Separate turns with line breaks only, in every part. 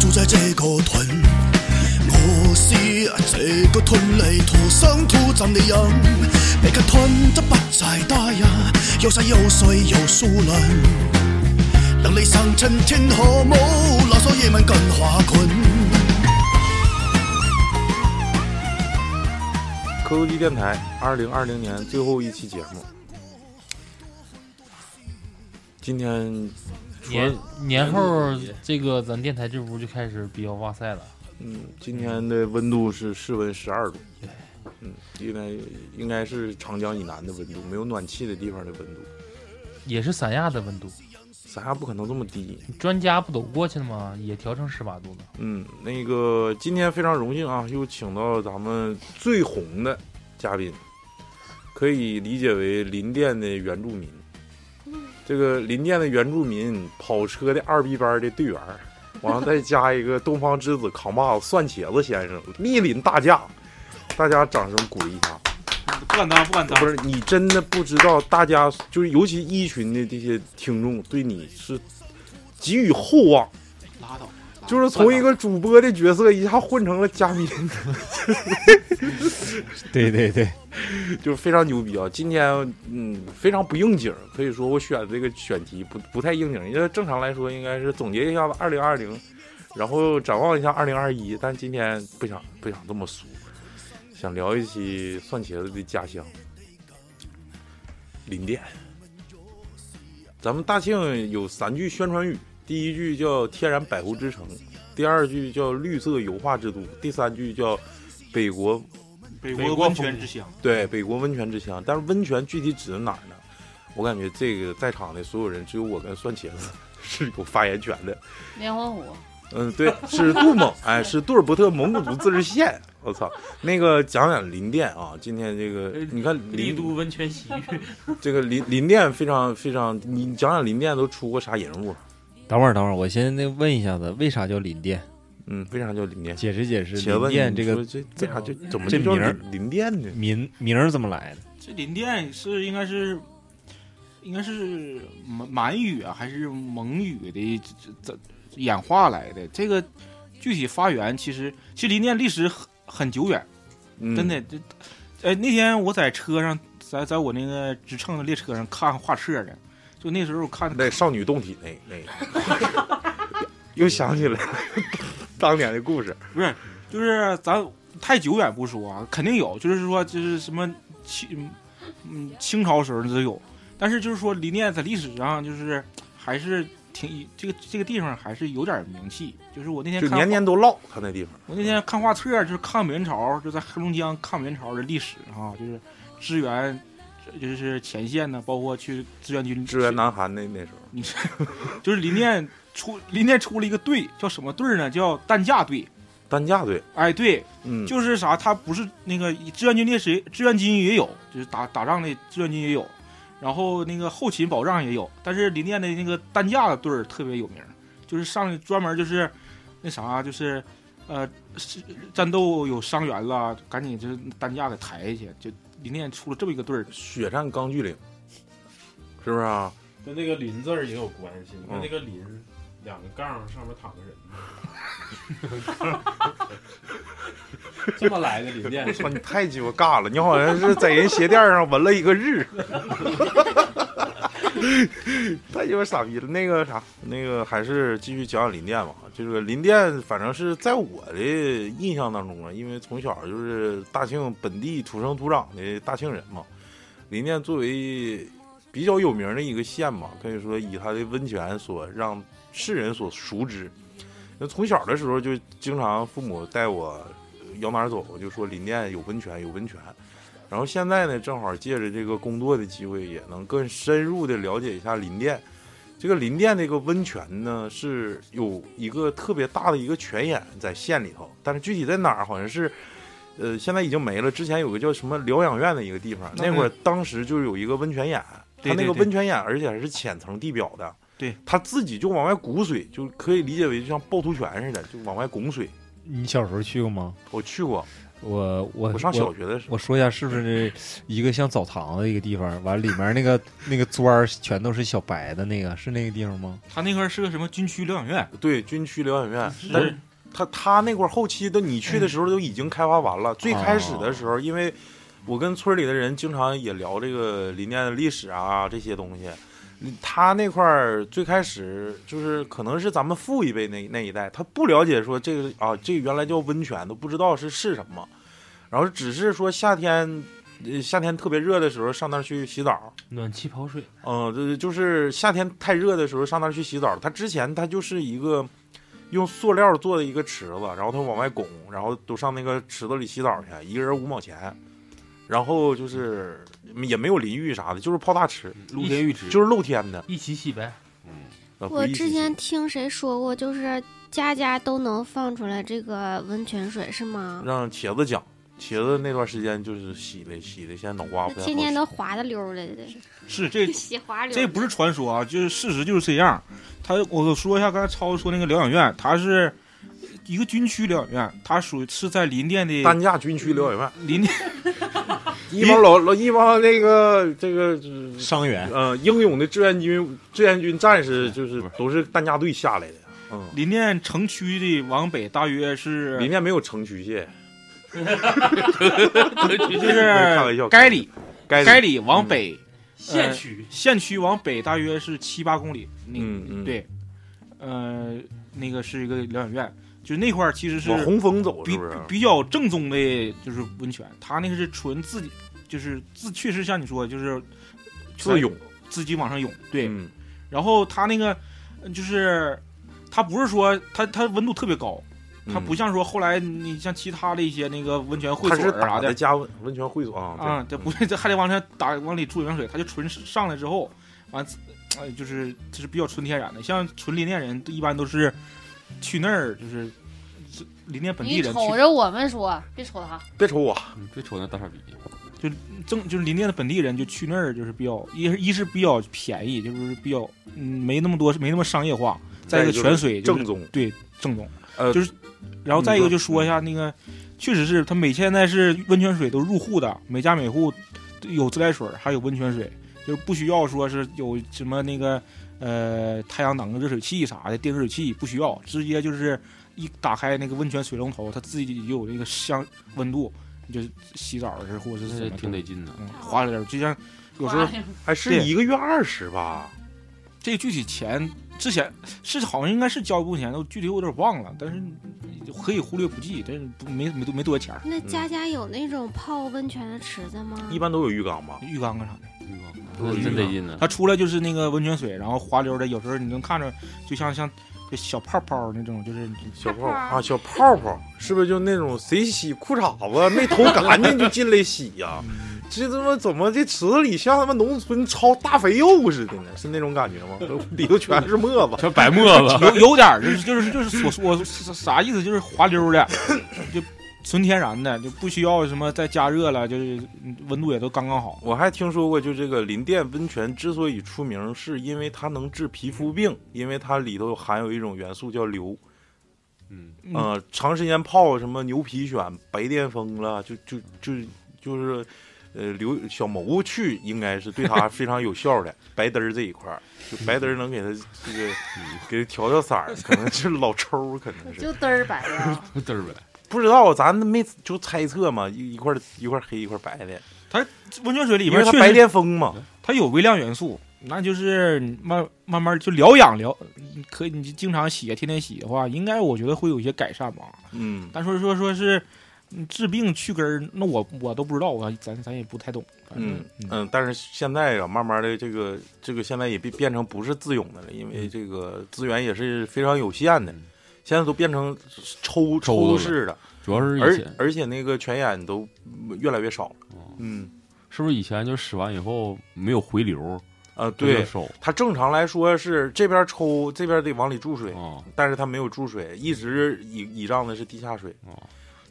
住在這個屯，我是這個屯嚟土生土長的人，每個屯都不再大呀，有山有水有樹林，能力上青天和冇，老少爺們更華困。
科技电台二零二零年最后一期节目，今天
年
说
年后这个咱电台这屋就开始比较哇塞了，
嗯，今天的温度是室温十二度，嗯，应该应该是长江以南的温度，没有暖气的地方的温度，
也是三亚的温度，
三亚不可能这么低。
专家不都过去了吗？也调成十八度 了。
嗯，那个今天非常荣幸啊，又请到咱们最红的嘉宾，可以理解为林甸的原住民。这个林甸的原住民跑车的二 B 班的队员儿，完了再加一个东方之子扛把子蒜茄子先生，莅临大驾，大家掌声鼓励一下。
不敢当，不敢当
不。是你真的不知道，大家就是尤其一群的这些听众对你是给予厚望。
拉倒，
就是从一个主播的角色一下混成了嘉宾，
对对对，
就是非常牛逼啊！今天嗯非常不应景，可以说我选的这个选题不不太应景，因为正常来说应该是总结一下子二零二零，然后展望一下二零二一，但今天不想不想这么俗，想聊一期蒜茄子的家乡林甸。咱们大庆有三句宣传语，第一句叫“天然百湖之城”，第二句叫“绿色油画之都”，第三句叫“北国
北
北
国
国风
温泉之乡，
对，北国温泉之乡，但是温泉具体指的哪儿呢？我感觉这个在场的所有人，只有我跟蒜茄子 是有发言权的。
连环 虎，
嗯，对，是杜蒙， 哎，是杜尔伯特蒙古族自治县。我操，那个讲讲林甸啊，今天这个你看
哎丽
林
都温泉洗浴，
这个林林甸非常非常，你讲讲林甸都出过啥人物？
等会儿等会儿，我先那问一下子，为啥叫林甸？
嗯，为啥叫林甸？
解释解释，
茄子，
林甸
你
这
说
个
这这啥就怎么
这
就叫
名儿
林林甸呢？
名名儿怎么来的？
这林甸是应该是应该是满满语啊，还是蒙语的这这这演化来的？这个具体发源其实其实林甸历史很很久远，
嗯
真的，这，呃，那天我在车上，在在我那个直乘的列车上看画册呢，就那时候看
那少女动体那那个， 又想起来 当年的故事。
不是，就是咱太久远不说啊，肯定有，就是说就是什么清，嗯，清朝时候都有，但是就是说林甸在历史上就是还是挺这个这个地方还是有点名气，就是我那天
就
看
年年都唠他那地方。
我那天看画册，就是抗美援朝，就在黑龙江抗美援朝的历史啊，就是支援，就是前线呢，包括去支援军
支援南韩那那时候，
你是就是林甸出林甸出了一个队，叫什么队呢？叫担架队。
担架队，
哎，对，
嗯，
就是啥，他不是那个志愿军烈士，志愿军也有，就是打打仗的志愿军也有，然后那个后勤保障也有，但是林甸的那个担架队儿特别有名儿，就是上来专门就是那啥，啊就是呃是战斗有伤员了，赶紧就是担架给抬一下，就林甸出了这么一个队儿，
血战钢锯岭，是不是啊？
跟那个林字儿也有关系。你看
嗯
那个林，两个杠上面躺个人， 这么来的林甸。
操，你太鸡巴尬了！你好像是在人鞋垫上纹了一个日， 太鸡巴傻逼了。那个啥，那个还是继续讲讲林甸吧。这个林甸，反正是在我的印象当中啊，因为从小就是大庆本地土生土长的大庆人嘛。林甸作为比较有名的一个县嘛，可以说以它的温泉所让世人所熟知。那从小的时候就经常父母带我呃摇哪儿走，就说林甸有温泉，有温泉。然后现在呢，正好借着这个工作的机会，也能更深入的了解一下林甸。这个林甸这个温泉呢，是有一个特别大的一个泉眼在县里头，但是具体在哪儿，好像是，呃，现在已经没了。之前有个叫什么疗养院的一个地方，那会儿当时就有一个温泉眼，它
对
那
对
个
对
温泉眼，而且还是浅层地表的，
对，
它自己就往外鼓水，就可以理解为就像趵突泉似的，就往外拱水。
你小时候去过吗？
我去过，
我我
我上小
我
学的时候，
我说一下，是不是一个像澡堂子一个地方？完了里面那个 那个砖儿全都是小白的那个，是那个地方吗？
他那块儿是个什么军区疗养院，
对军区疗养院，但是他他那块儿后期都你去的时候都已经开发完了。最开始的时候，因为我跟村里的人经常也聊这个林甸的历史啊这些东西。嗯他那块儿最开始就是可能是咱们父一辈那那一代，他不了解说这个啊，这个原来叫温泉，都不知道是是什么，然后只是说夏天，呃夏天特别热的时候上那儿去洗澡，
暖气泡水，
嗯，对，就是夏天太热的时候上那儿去洗澡。它之前它就是一个用塑料做的一个池子，然后它往外拱，然后都上那个池子里洗澡去，一个人五毛钱。然后就是也没有淋浴啥的，就是泡大池，
露天浴池
就是露天的。
一起洗 呗。
呃
我之前
回忆
听谁说过，就是家家都能放出来这个温泉水是吗
起？让茄子讲，茄子那段时间就是洗的洗的，现在脑瓜不啊太好
天天
使
都滑的溜儿的，这
是这
洗滑溜儿的。
这不是传说啊，就是事实就是这样。他我说一下刚才超说那个疗养院，它是一个军区疗养院，它属于是在林甸的
单价军区疗养院，
林甸
一帮老老一帮那个这个
伤员
呃，英勇的志愿军志愿军战士就是都是担架队下来的。嗯，
林甸城区的往北大约是
林甸没有城区县，
就
开玩
是
笑嗯
该里
该
该里往北，
县区
县区往北大约是七八公里。那
嗯嗯
对，呃，那个是一个疗养院，就是那块儿其实是
往红枫走
比
是不啊是？
比较正宗的，就是温泉。他那个是纯自己，就是自确实像你说的，就是
自勇，
自己往上涌。对，
嗯
然后他那个呃就是它不是说它它温度特别高，它
嗯
不像说后来你像其他的一些那个温泉会
他
所
是
儿啥
打
的
的加温温泉会所啊
啊，这 不是这还得往上打往里注凉水，它就纯上来之后完，呃，就是这是比较纯天然的，像纯林甸人一般都是去那儿就是。是林甸本地
你
人去
瞅着我们说，别瞅他。
别啊瞅我，
你别瞅那大傻逼，
正就是林甸的本地人就去那儿，就是比较一是一是比较便宜，就是比较嗯没那么多没那么商业化。再一个
就是
泉水就
正
是
宗。
对正宗，
呃
就是然后再一个就说一下那个，确实是他每现在是温泉水都入户的，每家每户有自来水，还有温泉水，就是不需要说是有什么那个呃太阳能热水器啥的电热水器不需要，直接就是一打开那个温泉水龙头，它自己就有那个香温度，你就洗澡是或者是
这
什么
挺得劲的。
嗯花了点儿，就像有时候
还是
对
一个月二十吧？
这具体钱之前是好像应该是交一部分钱，我具体我有点忘了，但是可以忽略不计，但是不没没多没多少钱儿，
那家家有那种泡温泉的池子吗？
嗯 一般都有浴缸吧？
浴缸啊啥的。
嗯那真得劲呢，
它出来就是那个温泉水，然后滑溜的，有时候你能看着就像像就小泡泡那种， 就是
小泡啊，小泡泡是不是就那种谁洗裤衩子没投干净就进来洗呀、
嗯
这他妈怎么这池子里像他妈农村抄大肥肉似的呢？是那种感觉吗？里头全是沫子。
全 白沫子。
有有点儿就是就是就是我说我啥意思就是滑溜的，就纯天然的，就不需要什么再加热了，就是温度也都刚刚好。
我还听说过，就这个林甸温泉之所以出名，是因为它能治皮肤病，因为它里头含有一种元素叫硫。
嗯，
嗯
呃，长时间泡什么牛皮癣、白癜风了，就就就就是，呃，刘小谋去应该是对他非常有效的。 白嘚儿这一块儿，就白嘚儿能给他这个
嗯
给他调调色儿， 可能是老抽儿，可能是
就嘚儿白呀，
嘚儿呗，
不知道，咱没就猜测嘛，一一块儿一块儿黑一块儿白的，
温泉水里
因为
面
他
确
白
实
癜风嘛。
它有微量元素，那就是你慢慢慢就疗养疗，你可以你就经常洗，啊天天洗的话，应该我觉得会有一些改善吧。
嗯，
但说说说是嗯治病去根儿，那我我都不知道，我咱咱也不太懂。反正
嗯嗯，但是现在啊，慢慢的这个这个现在也变变成不是自涌的了，因为这个资源也是非常有限的
嗯，
现在都变成抽
抽的
抽
了
式的，
主要是以
而
前
而且那个泉眼都越来越少了。
哦
嗯，
是不是以前就使完以后没有回流，
啊，
就叫
对，
手
它正常来说是这边抽，这边得往里注水，
啊
但是它没有注水，一直倚倚仗的是地下水。
啊，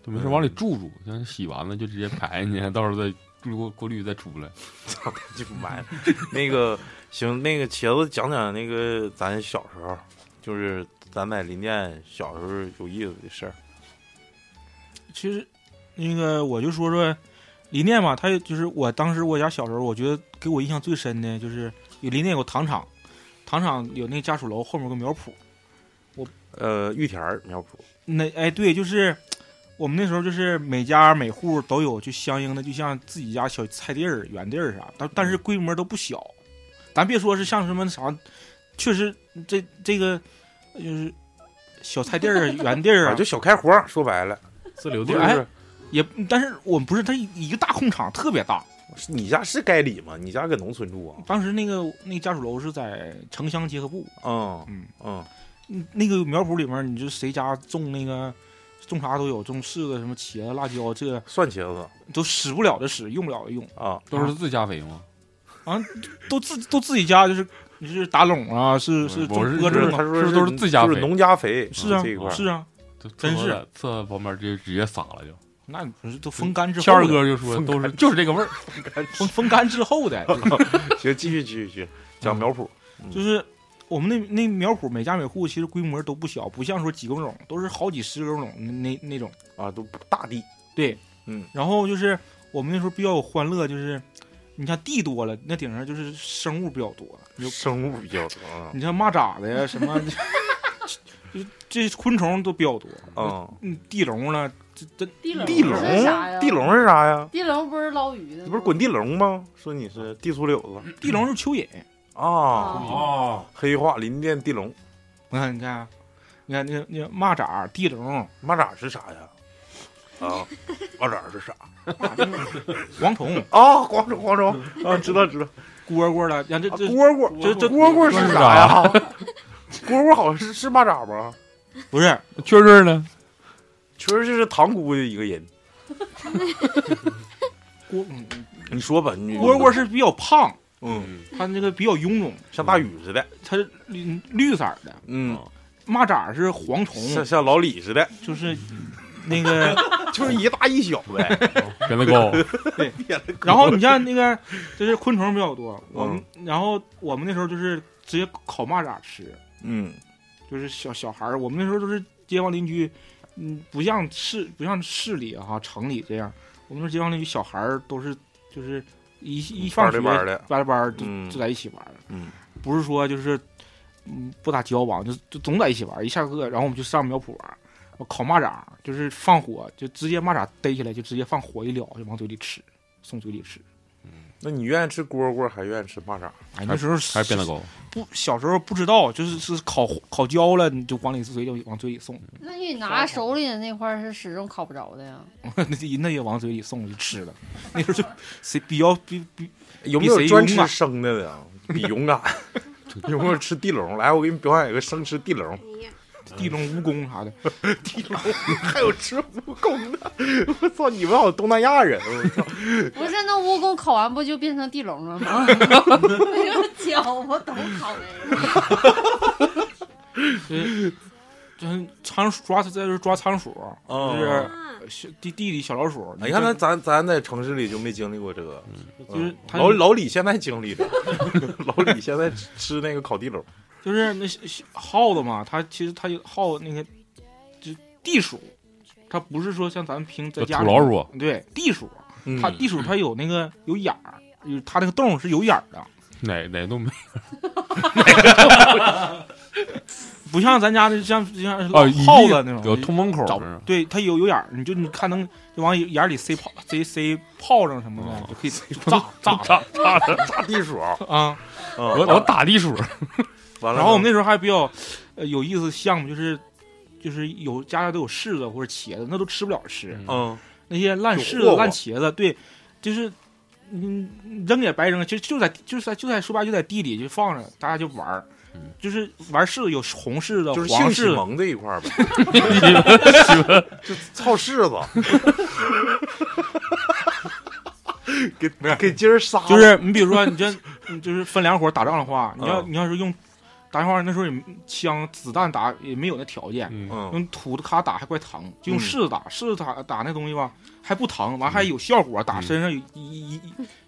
都没事往里注注，像洗完了就直接排进去，到时候再过过滤再出来。
操，就完了。 那个行，那个茄子讲讲那个咱小时候，就是咱在林甸小时候有意思的事儿。
其实那个我就说说林甸吧，他就是我当时我家小时候，我觉得给我印象最深的就是有林甸有糖厂，糖厂有那个家属楼后面有个苗圃，
呃，玉田儿苗圃，
那哎对，就是我们那时候就是每家每户都有就相应的，就像自己家小菜地儿、园地儿啥，但但
嗯
是规模都不小。咱别说是像什么啥，确实这这个就是小菜地儿、园地儿
啊，
啊，
就小开花儿，说白了，
自留地
就
儿，
是
哎也，但是我们不是它一个大空场特别大。
你家是该里吗？你家搁农村住啊？
当时那个那个家属楼是在城乡结合部，
嗯
嗯，
嗯，
嗯那个苗圃里面，你就谁家种那个种啥都有，种柿子、什么茄子、辣椒，这
蒜茄子
都使不了的使，用不了的用，
啊，
都是自家肥吗？
都自都自己家就是你是打拢啊，是是种
我是
播
知
种啊
道
他说
是不是都是自家
就是
肥
农家肥，嗯
是啊
这一块儿
是啊，
就
真是
厕所厕所旁边直接直接撒了就。
那你不是都风干之
谦
后
儿
的，
哥就说都是就是这个味 儿，
风风干之后的，
行，继续继续继续讲苗圃，
就是我们那那苗圃每家每户其实规模都不小，不像说几个种，都是好几十个种那那那种。
啊，都大地，
然后就是我们那时候比较有欢乐，就是你像地多了，那顶上就是生物比较多，有
生物比较多啊，
你像蚂蚱的呀，什 么，就这昆虫都比较多。
嗯，
嗯，地龙了，这这
地龙
地
地
龙
是啥呀？，
地龙是啥呀？
地龙不是捞鱼的吗？
你不是滚地龙吗？说你是地粗柳子
地龙是蚯蚓。
啊，
啊？
哦，
黑化林甸地龙，
你看，你看，你看，那那蚂蚱、地龙、
蚂蚱是啥呀？啊，蚂蚱是啥？
蝗虫、
啊，蝗虫，蝗虫啊，知道知道，
蝈蝈了，像这
啊
这
蝈蝈，
这这
蝈蝈是啥呀？ 蝈蝈好像是是蚂蚱吧？
不是
圈圈呢？
确实就是塘沽的一个人。
蝈嗯
你说吧，你
蝈蝈，是比较胖，
嗯，
它那个比较臃肿，
像大禹似的，
它是绿绿色儿的。
嗯，
蚂蚱是蝗
像
虫，
像老李似的，
就是 那个，
就是一大一小 呗。
跟他高，
嗯
然后你像那个，就是昆虫比较多。我们
嗯
然后我们那时候就是直接烤蚂蚱吃，
嗯，
就是小小孩儿，我们那时候都是街坊邻居，嗯，不像市不像市里哈、城里这样，我们那街坊邻居小孩儿都是就是一一放学
班儿对班儿的
班儿班儿就
嗯
就在一起玩儿，
嗯，
不是说就是嗯不打交往，就就总在一起玩儿。一下课，然后我们就上苗圃玩儿，我烤蚂蚱就是放火，就直接蚂蚱逮起来就直接放火一燎，就往嘴里吃，送嘴里吃。
那你愿意吃蝈蝈，还愿意吃蚂蚱？
哎，那时候
还是变得 高。
不小时候不知道，就是是烤烤焦了你就往里嘴里往嘴里送，
那你拿手里的那块儿是始终烤不着的呀？
那就那也往嘴里送就吃了。那时候就谁比较比比
有没有
比谁
专
勇
吃
敢
生的的啊？ 比勇敢。有没有吃地龙？来，我给你表演一个生吃地龙，
地龙、蜈
嗯
蚣啥的，
还有吃蜈蚣的。 我操，你们好东南亚人！我操，
不是，那蜈蚣烤完不就变成地龙了吗？那个脚我 都烤那个。
就是就是仓鼠抓在这抓仓鼠，
哦
嗯
哎
就是小弟弟弟小老鼠。
哎
你看咱咱咱在城市里就没经历过这个，
就是
嗯
他
老老李现在经 历了，老李现在吃吃那个烤地龙，
就是那小小耗子嘛，它其实它有耗那个就地鼠，它不是说像咱们平在
就
家
土
里
老鼠，
对地鼠，啊
嗯
它地鼠它有那个有眼儿，有它那个洞是有眼儿的，
哪哪都没
不像咱家的像像
啊，一
耗子那
有
种
通风口
找
儿，
对，它有有眼儿，你就你看能就往眼里塞炮塞塞炮仗什么
哦
的，就可以炸炸
炸炸的。
大地鼠，
啊。
我
我
我打地鼠，
完了，
然后我们那时候还比较呃有意思的项目就是。就是有家家都有柿子或者茄子，那都吃不了吃。
嗯
那些烂
有
柿
霍
子、
霍
烂茄子，对，就是嗯扔也白扔，就就在就在就在说白了就在地里就放着，大家就玩儿
嗯，
就是玩柿子有红柿子、
就是性
黄
启
柿子，
蒙这一块儿 呗，就操柿子， 给给鸡儿杀了，
就是你比如说你这你就是分两伙打仗的话，你要
嗯
你要是用打电话那时候也枪子弹打也没有那条件。
嗯，
嗯
用土的卡打还怪疼，就
嗯
用柿子打，柿子打打那东西吧还不疼，完还有效果，
嗯
打身上有一一一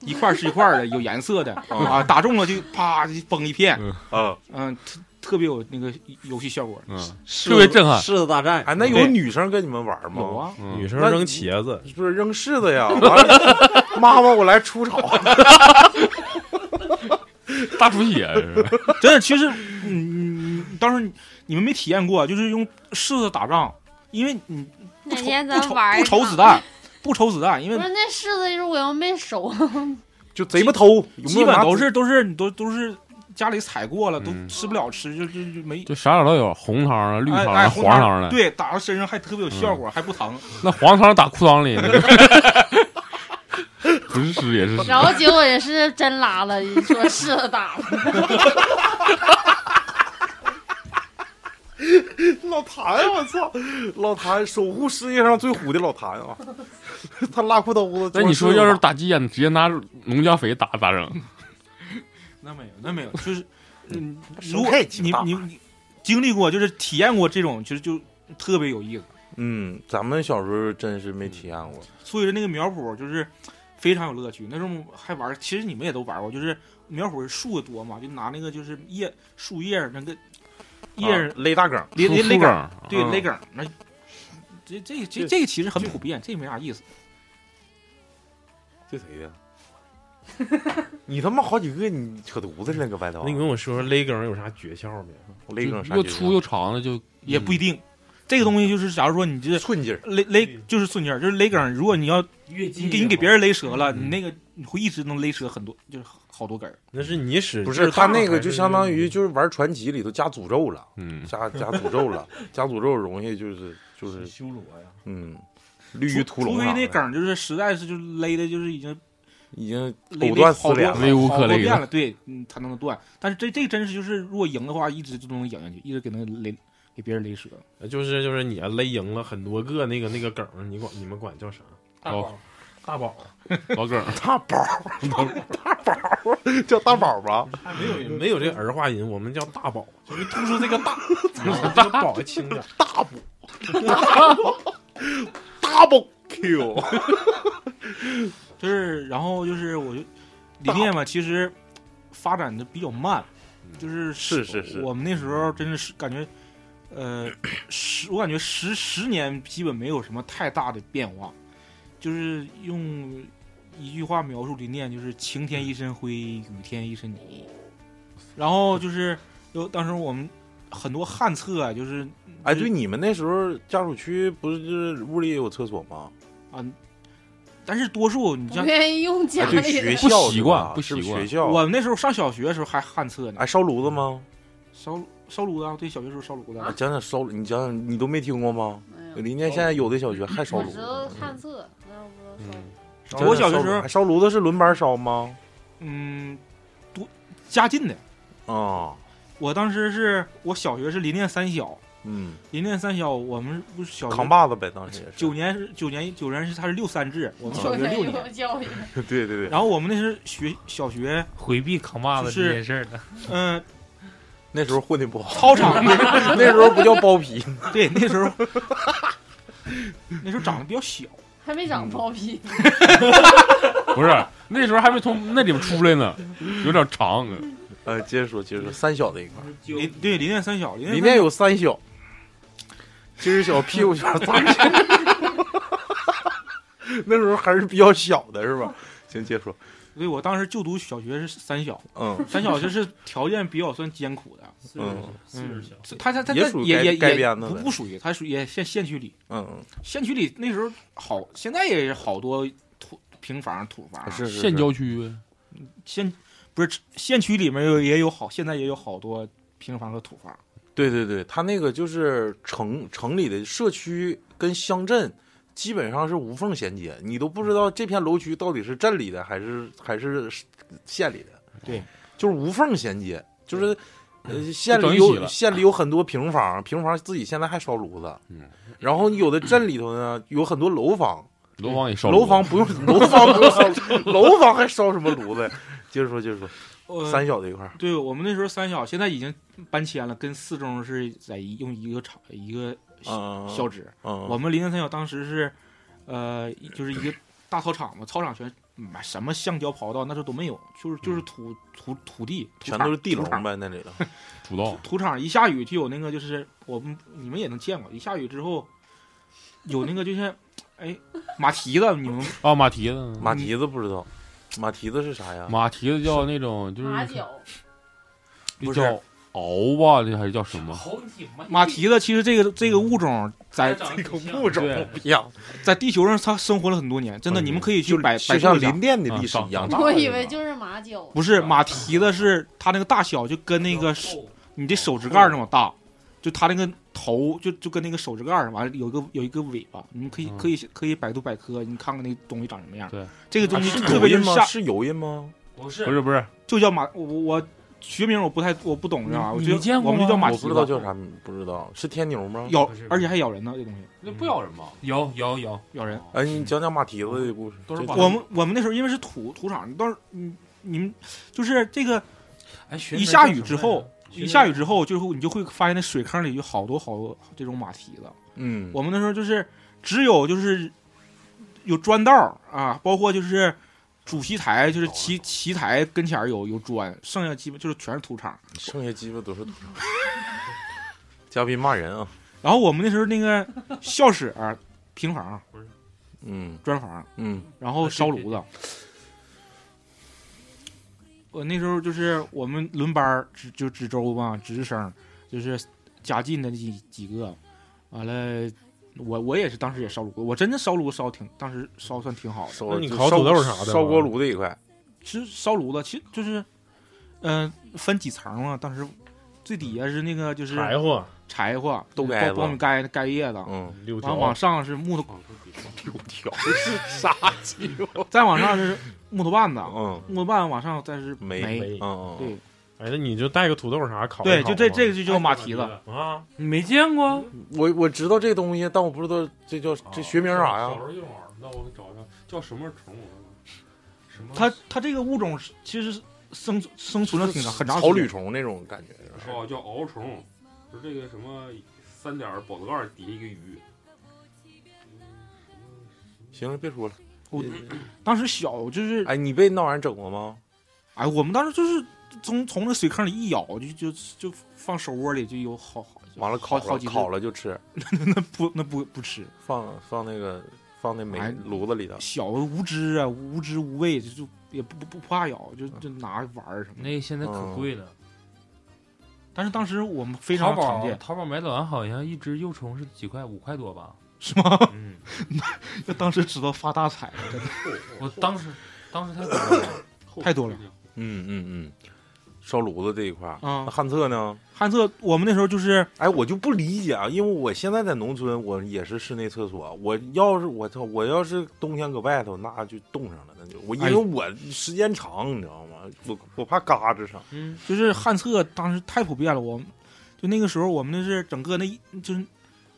一一块儿是一块儿的，有颜色的
嗯
啊，打中了就啪就崩一片，
啊
嗯，特特别有那个游戏效果。
嗯，
特
特别震撼
柿子大战，
哎，那有
对
女生跟你们玩吗？
有啊，
嗯
女生
那
扔茄子，
是不是扔柿子呀？完了，妈妈，我来除草。
大出血 是吧？
真的，其实，嗯，当时你们没体验过，啊就是用柿子打仗，因为你不
哪
愁
天
不
咱
愁
玩一
不愁
场
子弹，不愁子弹，因
不
为
是那柿子，如果要没熟，
就贼不偷，有没
基
有
本
拿
都是都是你都都是家里采过了，都
嗯
吃不了吃，就就就没。
就啥色儿都有，红汤啊、绿
哎
汤
哎，
啊、
红
黄汤的。
对，打到身上嗯还特别有效果，还不疼。
那黄汤打裤 裆里， 那个不是湿也是湿。
然后结果也是真拉了，说柿子打了，
老谭，啊我操！老谭，守护世界上最虎的老谭啊！他拉裤兜子。
那你说要是打鸡眼，直接拿农家肥打咋整？
那没有，那没有，就是，嗯，
手
如果
太紧
你
大
你你经历过，就是体验过这种，其实就特别有意思。
嗯，咱们小时候真是没体验过。
所以说那个苗圃就是非常有乐趣。那时候还玩，其实你们也都玩过，就是苗圃树多嘛，就拿那个就是叶树叶那个叶
啊勒大梗，
勒勒勒
出出
梗，
梗
对
嗯
勒梗那。这这这这个其实很普遍，这没啥意思。
这谁呀？ 你他妈好几个，你扯犊子了，搁外头啊。
那你跟我说说勒梗有啥诀窍没？
我勒梗啥
又
劲儿啊
粗又长的就
也不一定。这个东西就是，假如说你这
寸劲儿。
勒勒就是寸劲儿，就是勒梗，如果你要你给你给别人勒折了，你那个你会一直能勒折很多，就是好多根儿。
那是你使
不
劲
是
儿大
他那个
还
就是相当于就是玩传奇里头加诅咒了，
嗯，
加加诅咒了，加诅咒容易就是就是
修罗呀，
嗯，绿于屠龙啊
除
啥
非
的。
那梗儿就是实在是就是勒的，就是已经
已经
勒
藕断丝
好多
连
好
了。
勒无可勒
多
了
遍了，对，嗯，他能断。但是这这真是就是，如果赢的话，一直就能赢下去，一直给那勒给别人勒折。
就是就是你啊勒赢了很多个那个那个梗儿，你管你们管叫啥？
老
大 宝
老梗
大宝儿，大宝儿 叫大宝儿吧？
没有没有这个儿化音，我们叫大宝，就是突出这个大，这个宝还轻点儿。
Double Q，
就是，然后就是我就理念嘛，其实发展的比较慢，就是
嗯是是是
我们那时候真的是感觉，呃，十我感觉十十年基本没有什么太大的变化，就是用一句话描述理念，就是晴
嗯
天一身灰，雨天一身泥。然后就是有当时我们很多旱厕啊，就是
哎，对，你们那时候家属区不是就是屋里也有厕所吗？
啊，但是多数你
不
像
愿意用
哎
家，
对，
里
学
的。
校
不习
是吧
惯不
是
习
是
惯
学校，
我们那时候上小学的时候还旱厕呢，
哎，烧炉子吗？
烧烧炉子啊，对，小学时候烧炉子啊
啊，讲讲烧，炉，你讲讲，你都没听过吗？
哎
嗯林间现在有的小学还烧
我
炉
知
子
道
呢，
旱厕，那我不知
讲
道说。
讲
嗯我小学
烧
时候
炉哎烧炉子是轮班烧吗？
嗯，多家近的。
啊，
我当时是我小学是林甸三小，
嗯，
林甸三小我们不是小
扛
学
把子呗，当时也是
九年是九年九年是他是六三制，我们小
说
学六
没
年。
有教育，
对对对，
然后我们那是学小学，
回避扛把子这件事儿 的，
嗯、
那时候混的不 好，
操场
那时候不叫包皮，
对那时候，那时候长得比较小，
还没长包皮，
不是那时候还没从那里面出 来呢，有点长啊。
呃，接着说，接着说，三小这一块儿，
林对林甸三小，林
里
甸
面有三小，今儿小，屁股小，大小。 那时候还是比较小的是吧？行，接着说，
对我当时就读小学是三小，
嗯
三小就是条件比较算艰苦的，
嗯
嗯，他他他
也
他
属于
也
该
也
该
也
编的
不
呗
不属于，他属于也县县区里，
嗯，
县区里那时候好，现在也是好多土平房、土房。
是是
县郊区呗，
县不是县区里面有也有好，现在也有好多平房和土房。
对对对，他那个就是城城里的社区跟乡镇基本上是无缝衔接，你都不知道这片楼区到底是镇里的还是还是县里的。
对，
就是无缝衔接，就是呃县
整
里
一起
有
了
县里有很多平房，平房自己现在还烧炉子
嗯，
然后有的镇里头呢有很多楼房，
楼房也烧
楼房不用楼房不用烧炉，楼房还烧什么炉子？呀？接着说，接着说，
呃，
三小这一块儿，
对我们那时候三小，现在已经搬迁了，跟四中是在一用一个厂一个校
嗯，
校址。
嗯，
我们临安三小当时是，呃，就是一个大操场嘛，操场全买什么橡胶跑道，那时候都没有，就是就是土土土地，土
嗯全
场
都是地
土
笼
场
呗，那里头。
土道
土场一下雨就有那个，就是我们你们也能见过，一下雨之后有那个就是，哎，马蹄子，你们
啊，马蹄子，
马蹄子不知道，马蹄子是啥呀？
马蹄子叫那种就是
马脚，
不是
叫鳌吧，这还是叫什么？
马蹄子，其实这个这个物种在
这个物种
对
不一样，
在地球上它生活了很多年，真的，
嗯
你们可以去百百
就
度
像
一下
林。甸的历史一样
啊，
我以为就是马脚，
不是马蹄子是它那个大小就跟 那个 手你的手指盖儿那么大，就它那个头就就跟那个手指盖儿完了有一个有一个尾巴，你们可以
嗯
可以可以百度百科，你看看那东西长什么样。
对，
这个
啊
东西
是
特
油
别就
印
是
吗？
下
是油印吗？
不
不
是，
是不是，
就叫马，我我我学名我不太我不懂是吧？我
你
觉
你见
得
过
我们就叫
吗
马
我
蹄
不知道
子，
叫啥，不知道是天牛吗？
咬
不是，
而且还咬人呢，这东西
那不咬人吧？
嗯
有有有，
咬人。
哎，你讲讲马蹄子的故事。
都是
这
马
我们我们那时候因为是土土场，到时候你你们就是这个
哎，学
一
名
下
叫
雨
什
之
么
后
来着，
一下雨之后，就是你就会发现那水坑里有好多好多这种马蹄子。
嗯，
我们那时候就是只有就是有砖道儿啊，包括就是主席台，就是旗旗台跟前儿有有砖，剩下基本就是全是土场。
剩下鸡巴都是土。嘉宾骂人啊，
然后我们那时候那个 校舍、平房、
嗯
砖房，
嗯，
然后烧炉子。我那时候就是我们轮班儿值就值周嘛，值日生，就是家近的那几几个，完了我我也是当时也烧炉，我真的烧炉烧挺，当时烧算挺好的。
烧
那你
就
烤土
烧
豆啥的
烧
吗
锅炉这一块，
其实烧炉子其实就是，嗯、分几层嘛，当时最底下是那个就是
柴火、
柴火、
豆盖子
苞米盖盖叶子，
嗯，
柳
完
条、
往上是木头，
条是啥鸡巴？
再往上是木头棒子，
嗯，
木头棒往上再是
煤
啊煤
煤
嗯，嗯
对
嗯，
哎，那你就带个土豆啥烤一烤
对，就这
嘛
这个就叫马
哎
蹄子，
啊，
你没见过？
我我知道这东西，但我不知道这叫这学名啥
小时
呀？
候用玩儿，那我找找叫什么虫？什么？
它它这个物种是其实是生生存了挺长很长时
草
间
履虫那种感觉是吧？
哦，叫鳌虫，就这个什么三点儿宝子盖儿底下一个鱼，
行了，别说了。
我当时小就是
哎，你被那玩意儿整过吗？
哎，我们当时就是从从那水坑里一咬，就就就放手窝里就有好好
完了烤
好
了
好几只
烤了就吃，
不那不不吃，
放放那个放那煤
哎
炉子里头。
小无知啊无知无畏，就就也不不不怕咬，就
嗯
就拿玩儿什么的。
那个现在可贵了，
但是当时我们嗯非
淘
常常
宝
见，
淘宝买早餐好像一只幼虫是几块？五块多 吧？
是吗？
嗯，
就当时知道发大财了， 真的
我当时当时太可贵 了，
太多了。
嗯嗯嗯，烧炉子这一块儿。
啊
那汉厕呢？
旱厕我们那时候就是
哎，我就不理解啊，因为我现在在农村，我也是室内厕所。我要是我操，我要是冬天搁外头，那就冻上了，那就我因
哎
为我时间长，你知道吗？我我怕嘎吱上。
嗯，
就是旱厕，当时太普遍了。我们就那个时候，我们那是整个那一就是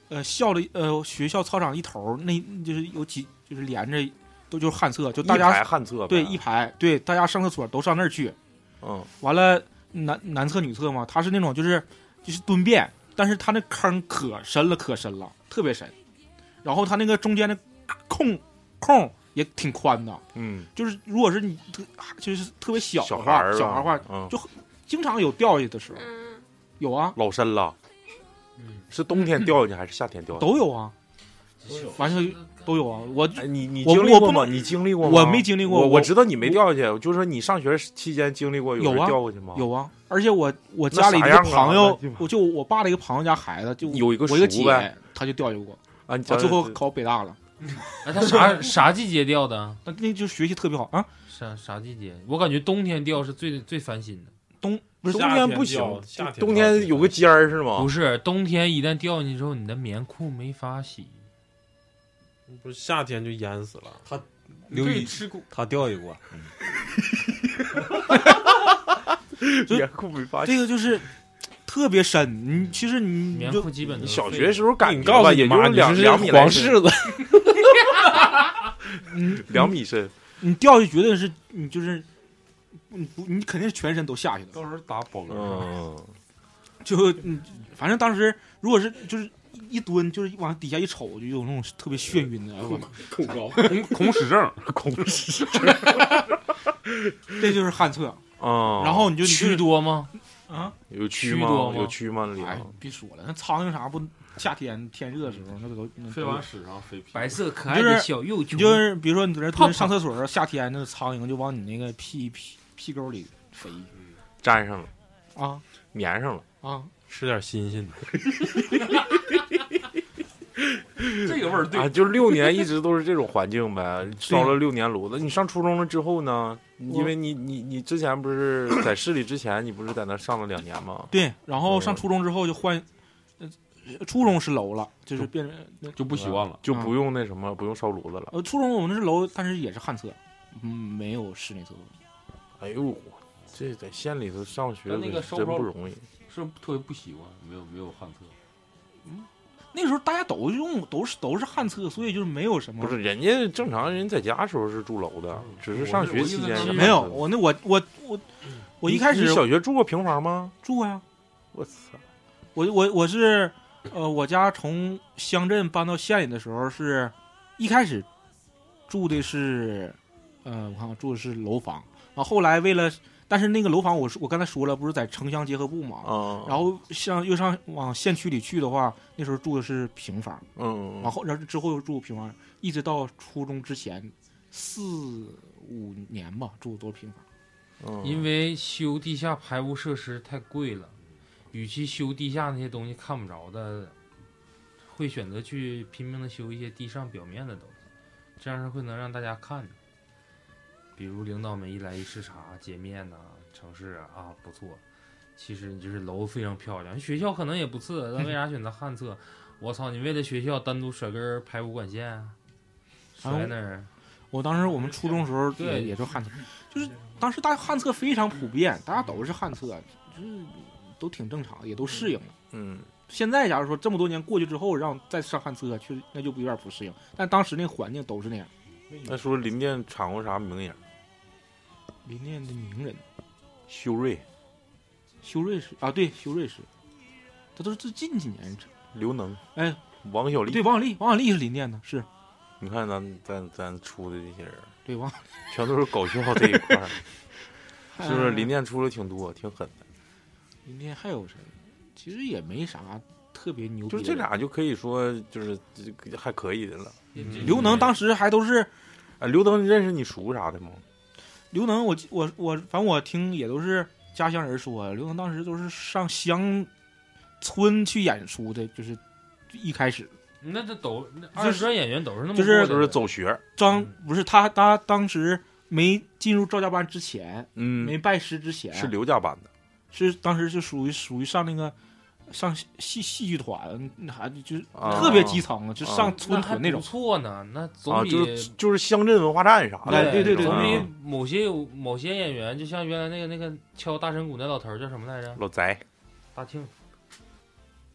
呃校的呃学校操场一头儿，那就是有几就是连着都就是旱厕，就大
一排
家
旱厕呗
对一排对大家上厕所都上那儿去。
嗯
完了男男厕女厕嘛，他是那种就是就是蹲便，但是他那坑可深了可深了，特别深。然后他那个中间的空空也挺宽的，
嗯，
就是如果是你特就是特别小的
小
话，
孩儿
小孩儿的话
吧，嗯
就，经常有掉下去的时候，
嗯，
有啊，
老深了。是冬天掉下去还是夏天掉下去？
都有啊，完事都有啊。我
哎，你你
我
经历
我
过
不
吗？
能
你经历过吗？
我没经历过
我
我
知道你没掉下去，就是说你上学期间经历过
有
人
啊
掉过去吗？
有啊，而且我我
哦那
家里一
啥
个
样啊
朋友
那鸡巴，
我就我爸的一个朋友家孩子，就
有一个
我一个
叔
姐
呗，
她就掉下去过，
啊，你
啊，
讲
最后考北大了。
哎，它啥啥季节掉的？
那那就学习特别好啊，
啥啥季节？我感觉冬天掉是最最烦心的。
冬
不是冬
夏
天
天
不行
掉，夏天
冬天
掉
有个尖儿是吗
不？是冬天一旦掉进去之后，你的棉裤没法洗。
不是夏天就淹死了，
刘一吃过，他掉一过，
就
棉裤没发现。
这个就是特别深。你其实你
棉
你就
裤基本都
你
是
小
废
学
的
时候感
你
觉
告诉
吧，
你
也就
妈，你
两
是
两米来
黄
深
柿子，
两米 深，
你掉下去绝对是你就是你不你肯定是全身都下去的，
嗯
到时候打宝格儿上，
嗯，
就你反正当时如果是就是一蹲，就是往底下一瞅，就有那种特别眩晕的。哎我
恐高，
恐恐屎症，
恐是
这就是旱厕。
啊，
然后你就你
蛆
就
多吗？
啊，
有蛆
蛆
吗？
多吗
有蛆吗？那里头
哎，别说了，那苍蝇啥不？夏天天热的时候，那个都那都
飞往屎上飞屁。
白色可爱的小幼
你
熊，
就是比如说你在那
泡泡
蹲上厕所的时候，夏天那个苍蝇就往你那个屁屁屁沟里飞
粘上了，
啊
粘上了。
啊！
吃点新鲜的，
这个味儿
啊，就六年一直都是这种环境呗，烧了六年炉子。你上初中了之后呢？因为你你你之前不是在市里之前，你不是在那上了两年吗？
对，然后上
嗯
初中之后就换，呃，初中是楼了，就是变成那
就不习惯了。
嗯
就不用那什么，不用烧炉子了。
呃，初中我们是楼，但是也是旱厕，嗯，没有室内厕所。
哎呦，这在县里头上学
但那个
可
烧
真
不
不
着
容易。
嗯
是特别不习惯，没有没有旱厕，
那时候大家都用都是都是旱厕，所以就是没有什么。
不是，人家正常人在家时候是住楼的，只是上学期间
嗯我
是
是
没有，
搬的
我那我我我我一
你
开
你
始
小学住过平房吗？
住过呀、
我操！
我我我是呃，我家从乡镇搬到县里的时候是，一开始住的是，呃，我看我住的是楼房，然后后来为了，但是那个楼房我说我刚才说了，不是在城乡结合部嘛，
啊，
然后像又上往县区里去的话，那时候住的是平房，
嗯，
然后哦然后之后又住平房，一直到初中之前四五年吧，住的都是平房。
嗯
因为修地下排污设施太贵了，与其修地下那些东西看不着的，会选择去拼命的修一些地上表面的东西，这样是会能让大家看着。比如领导们一来一视察街面呐、城市啊啊不错，其实你就是楼非常漂亮，学校可能也不 次，但为啥选择旱厕？我操，你为了学校单独甩根排污管线，啊甩那儿？
我当时我们初中时候也
对
也就旱厕，就是当时大家旱厕非常普遍，大家都是旱厕，就是都挺正常的，也都适应了。
嗯，
现在假如说这么多年过去之后，让再上旱厕，确实那就有点不适应。但当时那环境都是那样。
那说林甸产过啥名言？
林甸的名人
修睿、
修睿是啊，对，修睿是，这都是最近几年这。
刘能、
哎，
王小利
对，，王小利，王小利是林甸的，是
你看咱咱咱出的这些人，
对王，
全都是搞笑这一 块儿，是不是？
嗯
林甸出的挺多，挺狠 的，
林甸还有谁？其实也没啥特别牛逼
就
的，
是这俩就可以说就是这个还可以的了。
刘能当时还都是
哎，刘能，你认识你叔啥的吗？
刘能我记，我我反正我听也都是家乡人说，刘能当时都是上乡村去演出的，就是一开始
那这都那
就
二
是
十专演员都是那么
就是
过
就
来
是
的
走学，
张
嗯
不是他他当时没进入赵家班之前，没
嗯，
拜师之前
是刘家班的，
是当时是属于属于上那个上戏戏戏剧团，那还就是
啊
特别基层，就
啊
上村
那还
屯那种
不。错呢，那总
啊，
比、
就是就是乡镇文化站啥
哎
的，
对对对
总比
啊
某些有某些演员，就像原来那个那个敲大神鼓那老头儿叫什么来着？
老翟，
大庆，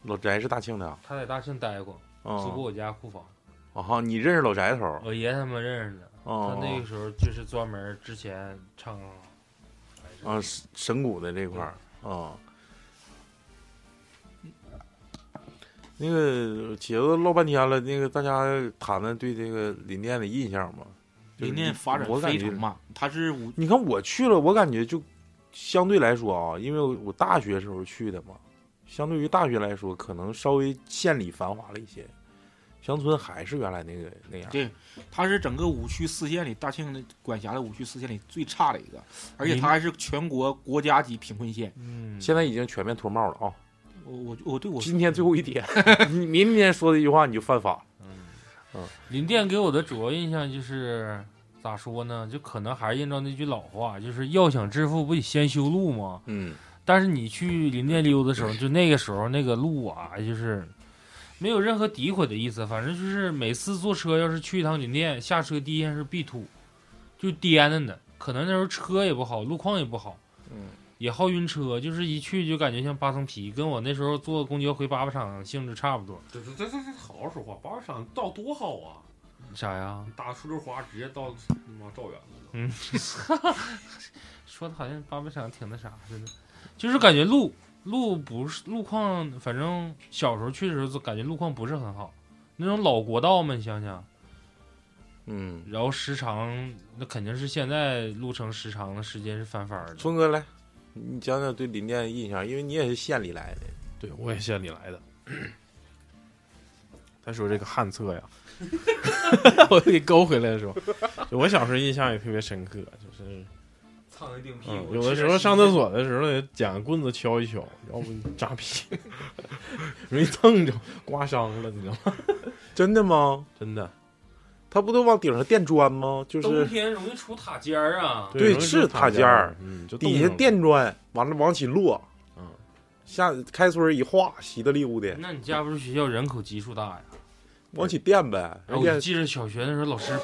老翟是大庆的啊，
他在大庆待过，住过
啊
我家库房，
啊，你认识老翟头儿？
嗯
我爷他们认识的。他
啊
那个时候就是专门之前唱，
啊，神神谷的这块儿啊。那个茄子唠半天了，那个大家谈谈对这个林甸的印象吧。就是
林甸发展
我感
非
觉
常慢，他是五
你看我去了，我感觉就相对来说啊，因为我我大学时候去的嘛，相对于大学来说，可能稍微县里繁华了一些，乡村还是原来那个那样。
对他是整个五区四县里大庆的管辖的五区四县里最差的一个，而且他还是全国国家级贫困县。
嗯，
现在已经全面脱帽了啊！
我我我对我
今天最后一天，你明天说的一句话你就犯法。嗯
林甸给我的主要印象就是咋说呢？就可能还是印照那句老话，就是要想致富，不得先修路吗？
嗯，
但是你去林甸溜的时候，就那个时候那个路啊，就是没有任何诋毁的意思，反正就是每次坐车要是去一趟林甸，下车第一件事必吐，就颠着呢。可能那时候车也不好，路况也不好，
嗯，
也好晕车，就是一去就感觉像扒层皮，跟我那时候坐公交回粑粑厂性质差不多。
这这这这这好好说话，八十场道多好啊！
啥呀？
你打出溜滑直接到他妈赵源了
嗯，说的好像八百场挺那啥似的，就是感觉路路不是路况，反正小时候去的时候就感觉路况不是很好，那种老国道嘛，你想想，
嗯，
然后时长那肯定是现在路程时长的时间是翻番儿的。
春哥来，你讲讲对林甸的印象，因为你也是县里来的。
对，我也县里来的。 他说这个旱厕呀， 我给勾回来的时候，就我小时候印象也特别深刻，就是
苍蝇顶
哎
屁
嗯，有的时候上厕，所的时候捡棍子敲一敲，要不扎屁，容易蹭着，刮伤了，你知道吗？
真的吗？
真的，
他不都往顶上垫砖吗？就
冬
是
天容易出塔尖儿啊。
对
容易
是塔
塔
尖儿
儿，嗯，就
底下
垫，
垫砖，完了往起落，
嗯，
下开村一化，稀的利乎的，
那你家不是学校人口基数大呀？
往起垫呗。
然后我就记着小学那时候老师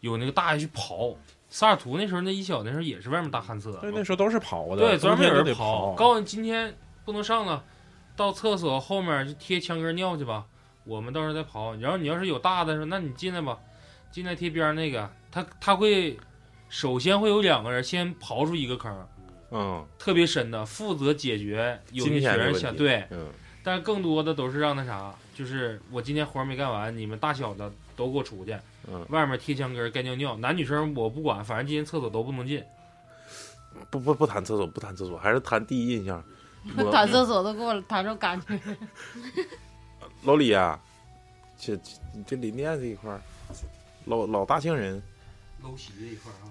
有那个大爷去刨，萨尔图那时候那一小那时候也是外面大旱厕，
对，那时候都是刨的，
对，
冬
专门
天
有人
都得
刨。告诉你今天不能上了，到厕所后面就贴墙根尿去吧。我们到时候再刨。然后你要是有大的说，那你进来吧，进来贴边儿那个，他他会首先会有两个人先刨出一个坑，
嗯
特别深的，负责解决有
金
些学
钱的
生
问
想
题
对，
嗯，
但更多的都是让那啥，就是我今天活儿没干完，你们大小的都给我出去，
嗯
外面贴墙根儿该尿尿，男女生我不管，反正今天厕所都不能进。
不不不谈厕所，不谈厕所，还是谈第一印象。我
打厕所都给我打着感觉，
老李啊，这这这林甸这一块儿，老老大庆人，
搂席这一块啊，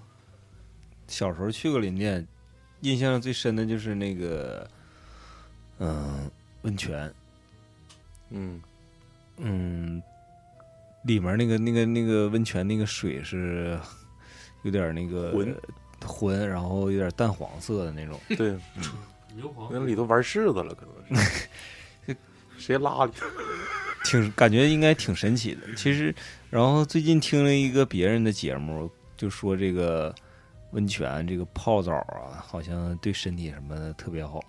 小时候去过林甸，印象最深的就是那个，嗯、温泉，
嗯，
嗯，里面那个那个那个温泉那个水是有点那个
浑
浑，然后有点淡黄色的那种。
嗯 对，
刘鹏
那里头玩柿子了，可能是谁拉里头？
挺感觉应该挺神奇的。其实，然后最近听了一个别人的节目，就说这个温泉这个泡澡啊，好像对身体什么的特别好，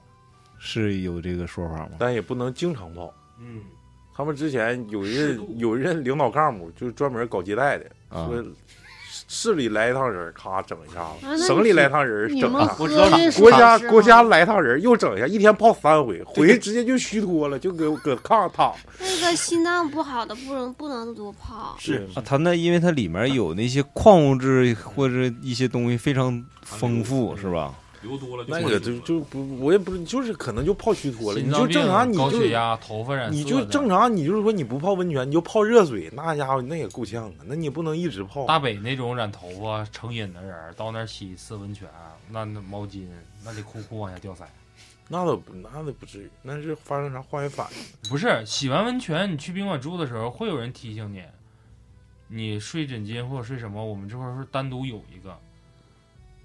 是有这个说法吗？
但也不能经常泡。
嗯。
他们之前有一
适度
任有一任领导干部，就是专门搞接待的，
啊，
说市里来一趟人，咔整一下
啊那
子；
你
省里来一趟人，
你
整啊一
们
下子；
喝这是
国
好
家
事
国
吗
家来一趟人，又整一下，一天泡三回，回去直接就虚脱了，就给我搁炕上躺。
那个心脏不好的不能不能多泡，
是
啊，它那因为它里面有那些矿物质或者一些东西非常丰富，是吧？
流多了
那个就就不，我也不是，就是可能就泡虚脱了。你
心
就
脏
正常，
病、
你
高
就
血压、头发染色的，
你就正常，你就是说你不泡温泉，你就泡热水，那家伙那也够呛啊，那你不能一直泡。
大北那种染头发成瘾的人儿，到那儿洗一次温泉，那那毛巾那得哭哭往下掉色。
那倒不，那倒不至于，那是发生啥化学反应？
不是洗完温泉，你去宾馆住的时候，会有人提醒你，你睡枕巾或者睡什么，我们这块儿是单独有一个，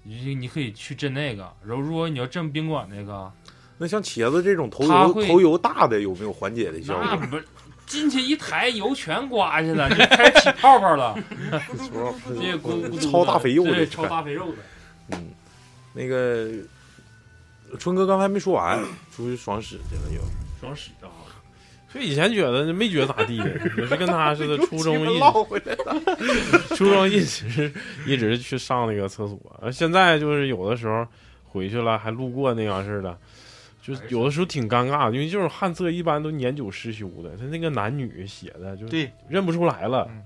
你你可以去震那个。然后如果你要震宾馆那个，
那像茄子这种头
它
油
会
头油大的有没有缓解的效
那
果？
不进去一抬油全刮去了，就开始起泡 泡了，这咕咕嘟的
嗯超大肥肉的
对，超大肥肉的。
嗯，那个春哥刚才没说完， 出去爽屎去了又。
爽屎啊！
就以前觉得没觉得咋地，也是跟他似的，初中一
唠回来，
初中一直一直去上那个厕所，而现在就是有的时候回去了还路过那样似的，就是有的时候挺尴尬的，因为这种旱厕一般都年久失修的，他那个男女写的就
对
认不出来了
嗯，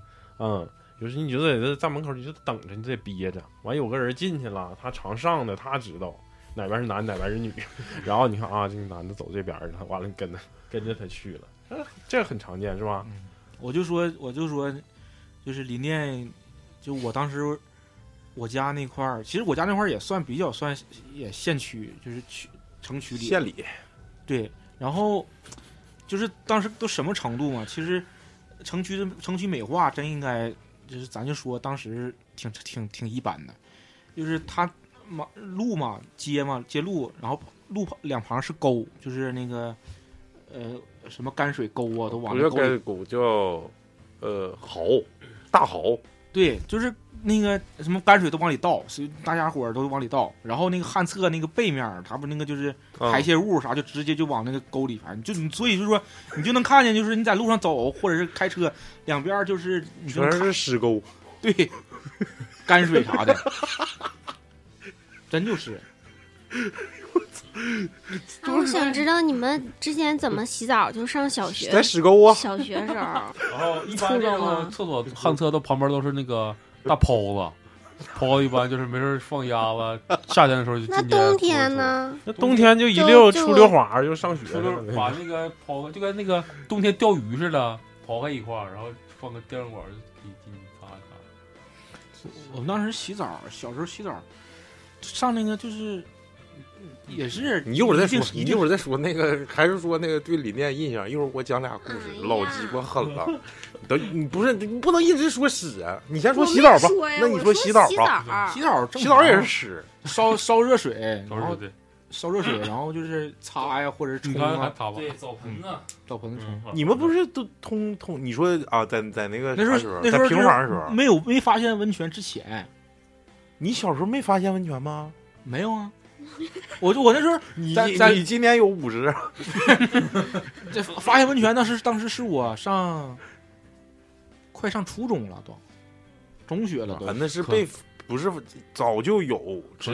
嗯。有时候你就得在门口，你就得等着，你得憋着。完有个人进去了，他常上的，他知道哪边是男，哪 边是女。然后你看啊，这个男的走这边儿了，完了你跟他跟着他去了，这很常见是吧？
我就说，我就说，就是林甸，就我当时我家那块儿，其实我家那块儿也算比较算也县区，就是区城区里
县里
对。然后就是当时都什么程度嘛？其实城区的城区美化真应该就是咱就说当时挺挺挺一般的，就是它嘛路嘛街嘛街路，然后路旁两旁是沟，就是那个呃什么泔水沟啊，都往
不
那
叫
沟里
该狗叫呃蚝，大蚝。
对，就是那个什么泔水都往里倒，所以大家伙儿都往里倒。然后那个旱厕那个背面儿，它不那个就是
嗯
排泄物啥，就直接就往那个沟里排。就你所以就是说，你就能看见，就是你在路上走或者是开车，两边儿就是你就
全
能看
是屎沟，
对 泔水啥的，真就是。
啊我想知道你们之前怎么洗澡，就上小学
在屎沟啊，
小学 时候，
然后一
初
般这
中
个
啊
厕所旱厕都旁边都是那个大泡子，泡子一般就是没事儿放 鸭子，夏天的时候就
那
进去
冬天？呢？
那冬天就一
就
溜
就
出溜滑儿就上学
就
了
是
那
把
个。
那个刨开，就跟那个冬天钓鱼似的，刨开一块儿，然后放个电热管儿就给进去擦一擦。
我们当时洗澡，小时候洗澡，上那个就是也是
你一会儿再说
定，是
你一会儿再说那个，还是说那个对李念印象？一会儿我讲俩故事
哎，呀
老鸡巴狠了。你都你不是你不能一直说屎啊，你先说洗
我
澡
没
吧
说呀。
那你
我
洗
洗
澡吧，
洗
澡
澡正常，
洗
啊
澡也是屎。
烧烧热水，然
都是
后
对，
烧热水，然后就是擦呀或者冲
你看还
啊，
擦吧。嗯
对，澡盆子，
澡盆子冲。
你们不是都通通？你说啊，在在那个
那时
啥
候那时
在
候
平
就是
房的时候，
没有没发现温泉之前
你小时候没发现温泉吗？
没有啊，我就我那时候
你
在
你
在
你今年有五十，
这发现温泉，那是当时是我上快上初中了都，中学了都
啊那是
可
被不是早就有，
可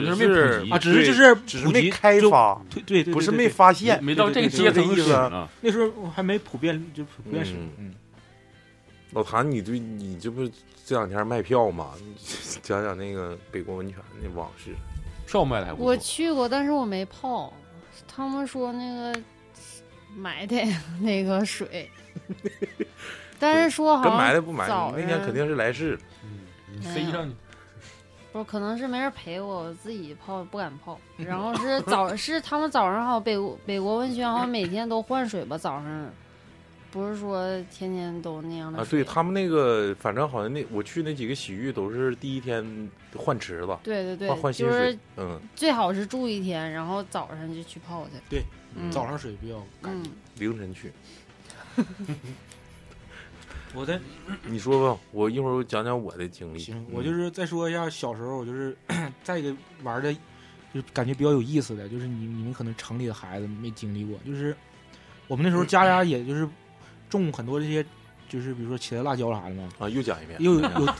只
能是没普及
啊，只是
对
就是
只是
普
没
及
开
就
发，
对对对，
不是
对
没
对
发现。
没到这个
对对对
阶层
这个意思
啊。
那时候还没普遍就普遍使
嗯，
嗯，
老谭，你对你这不这两天卖票吗？ 你讲讲那个北国温泉那往事。
票卖的还
哎
不
我
错，
去过，但是我没泡。他们说那个买的那 个水，但是说
跟
好
埋
像
汰不埋汰，
哦早
你
哎
那天
上
肯定是来世了。
嗯你飞上去
不是，可能是没人陪我，我自己泡不敢泡。然后是早是他们早上好像北国北国温泉好像每天都换水吧，早上不是说天天都那样的
啊！
水
对他们那个，反正好像那我去那几个洗浴都是第一天换池子，
对对对，
换换新
就
水
是。
嗯，
最好是住一天，然后早上就去泡去。
对
嗯，
早上水比较干净。
嗯，
凌晨去。
我在
你说吧，我一会儿我讲讲我的经历。
行
嗯，
我就是再说一下小时候，我就是 在一个玩的，就是感觉比较有意思的，就是你你们可能城里的孩子没经历过，就是我们那时
嗯
候家家也就是种很多这些，就是比如说茄子、辣椒啥的嘛，
啊，又讲一遍。
又有有，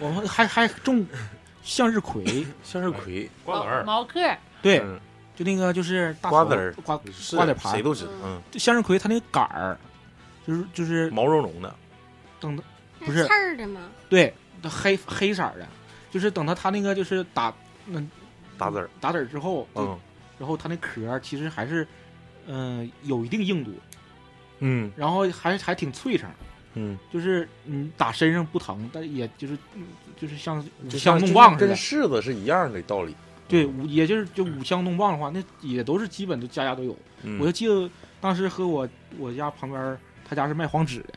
我们还还种向日 葵，
向日葵、
瓜子儿，
毛毛嗑儿，
对
嗯，
就那个哎就是大
瓜
头
子儿
瓜
是
瓜子盘
谁，都知道。嗯
嗯，
就向日葵它那个杆儿，就是就是
毛茸茸的，
等它
那
不是
刺儿的吗？
对它黑黑色儿的，就是等它它那个就是打嗯
大籽儿。
打籽儿之后，就
嗯
然后它那壳儿其实还是，嗯、有一定硬度，
嗯
然后还还挺脆诚，
嗯，
就是你打身上不疼，但也就是嗯就是像五
就
香
像
弄棒似
跟
的，
柿子是一样的道理。
对，五也就是就五香弄棒的话，那也都是基本都家家都有。
嗯
我就记得当时和我我家旁边儿他家是卖黄纸的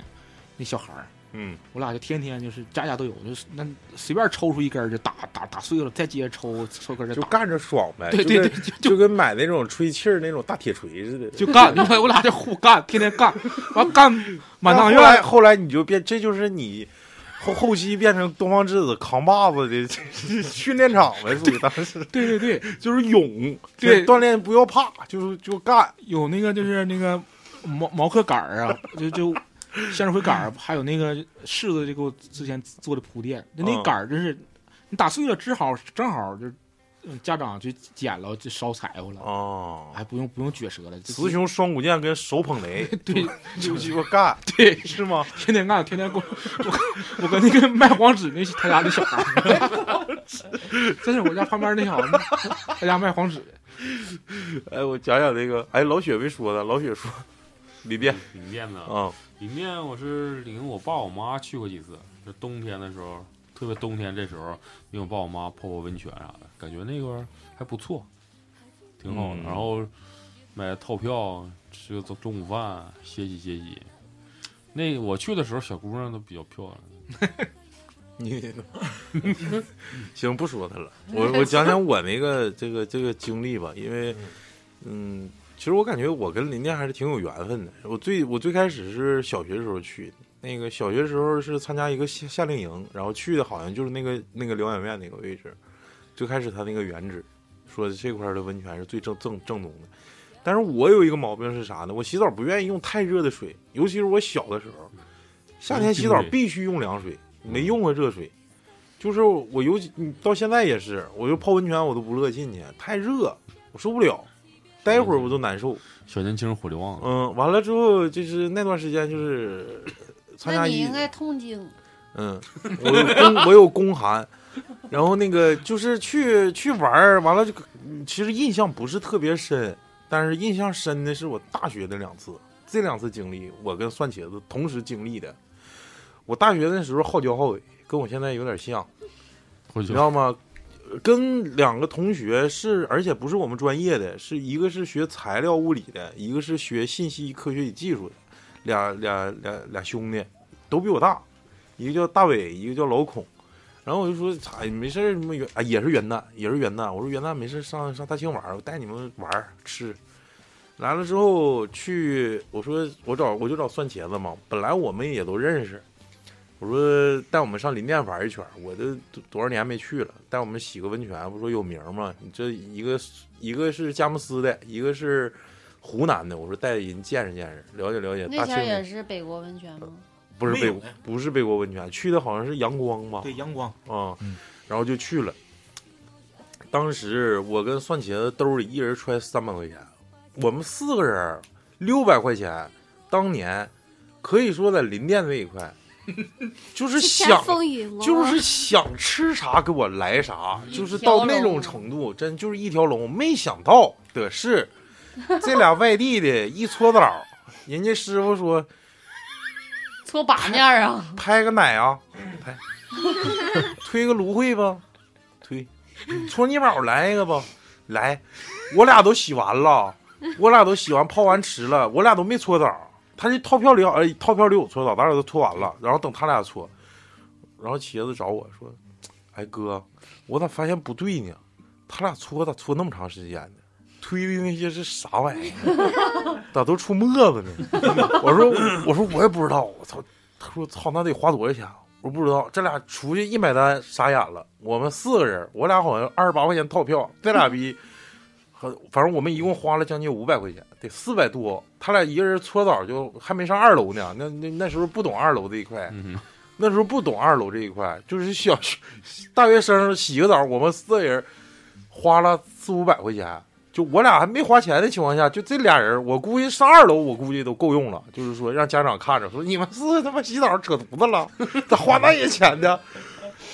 那小孩儿，
嗯
我俩就天天就是家家都有，就是那随便抽出一根儿就打打打碎了，再接着抽抽根儿
就
再打，
干着爽呗。
对
就
对
跟
对，就
就跟买那种吹气儿那种大铁锤似的。
就干，我俩就互干，天天干，完干
那
满当
后来
院。
后来你就变，这就是你后后期变成东方之子扛把子的 训练场呗，属于当时
对对对，
就是勇，
对
锻炼不要怕，就就干。
有那个就是那个毛毛克杆儿啊， 就就向日葵 杆儿，还有那个柿子，这个我之前做的铺垫，那那
嗯
杆儿真是你打碎了，正好正好就嗯家长就捡了，就烧柴火了，
哦，
还不用不用撅舌了，就
雌雄双股剑跟手捧 雷，
对
就鸡巴干，
对，
是吗？
天天干，天天给我我我跟那个卖黄纸那他家那小孩 儿，真是我家旁边那小子，他家卖黄纸的，
哎，我讲讲那个，哎，老雪没说的，老雪说李店
饼店呢？
啊，
里面我是领我爸我妈去过几次，就冬天的时候，特别冬天这时候，领我爸我妈泡泡温泉啥的，感觉那块儿还不错，挺好的。
嗯
然后买套票，吃个中中午饭，歇息歇息。那我去的时候，小姑娘都比较漂亮，
你行，不说他了。我我讲讲我那个这个这个经历吧，因为嗯，其实我感觉我跟林念还是挺有缘分的。我最我最开始是小学时候去的，那个小学时候是参加一个夏夏令营，然后去的好像就是那个那个疗养院那个位置。最开始他那个原址说这块儿的温泉是最正正正宗的，但是我有一个毛病是啥呢？我洗澡不愿意用太热的水，尤其是我小的时候，夏天
嗯
洗澡必须用凉水，没用过热水。就是嗯我尤其你到现在也是，我就泡温泉我都不乐进去，太热，我受不了。待会儿我都难受。
嗯小年轻火力旺了，
嗯，完了之后就是那段时间就是参
那
加
你
一
应该痛经，
嗯，我有宫我有宫寒，然后那个就是去去玩儿，完了就嗯其实印象不是特别深，但是印象深的是我大学的两次，这两次经历我跟蒜茄子同时经历的。我大学那时候好娇好伟，跟我现在有点像，
我
你
觉
知道吗？跟两个同学是，而且不是我们专业的，是一个是学材料物理的，一个是学信息科学与技术的，俩俩俩俩兄弟，都比我大，一个叫大伟，一个叫老孔。然后我就说，哎，没事儿，你们元啊也是元旦，也是元旦。我说元旦没事儿上上大庆玩儿，我带你们玩儿吃。来了之后去，我说我找我就找蒜茄子嘛，本来我们也都认识。我说带我们上林甸玩一圈儿，我都多多少年没去了，带我们洗个温泉，不说有名儿吗？你这一个一个是佳木斯的，一个是湖南的，我说带人见识见识，了解了解
那
大庆
前儿也
的，
是北国温泉吗？
嗯不是
没有
北国不是北国温泉，去的好像是阳光吧？
对阳光，
啊，
嗯
然后就去了。当时我跟蒜茄子兜里一人揣三百块钱，我们四个人六百块钱，当年可以说在林甸这一块，就是
下
想
风雨了，
就是想吃啥给我来啥，就是到那种程度，真就是一条龙。没想到的是，这俩外地的一搓澡，人家师傅说
搓把面 儿啊，
拍个奶啊，拍， 推个芦荟吧，推，搓泥宝来一个吧，来，我俩都洗完了，我俩都洗完泡完池了，我俩都没搓澡，他这套票里好哎套票里有搓澡，咱俩都搓完了，然后等他俩搓，然后茄子找我说，哎哥，我咋发现不对呢？他俩搓咋搓那么长时间呢？推的那些是啥玩意儿？咋都出沫子呢？我说我说我也不知道，我操！他说：“操，那得花多少钱啊？”我说：“不知道。”这俩出去一买单，傻眼了。我们四个人，我俩好像二十八块钱套票，这俩逼，和反正我们一共花了将近五百块钱，得四百多。他俩一个人搓澡就还没上二楼呢，那那那时候不懂二楼这一块，
嗯，
那时候不懂二楼这一块，就是小 学大学生洗个澡，我们四个人花了四五百块钱，就我俩还没花钱的情况下，就这俩人，我估计上二楼我估计都够用了。就是说让家长看着说你们是他妈洗澡扯犊 子了，咋花那些钱呢？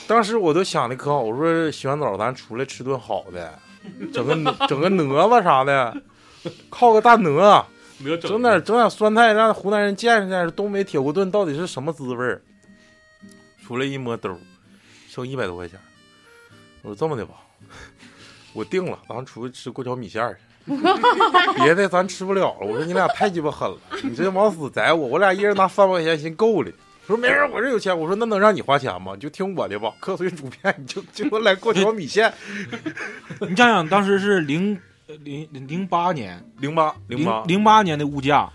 当时我都想的可好，我说洗完澡咱出来吃顿好的，整个 哪整个哪子啥的，靠个大哪。
没
整点整点酸菜，让湖南人见识见识东北铁锅炖到底是什么滋味儿。出来一摸兜儿，剩一百多块钱儿。我说这么的吧，我定了，咱出去吃过桥米线儿去，别的咱吃不了了。我说你俩太鸡巴狠了，你这往死宰我，我俩一人拿三百块钱寻够了。说没事儿，我这有钱。我说那能让你花钱吗？你就听我的吧，客随主便，你就就给我来过桥米线。
你想想当时是零呃零零零八年，
零八
零
八
零八年的物价，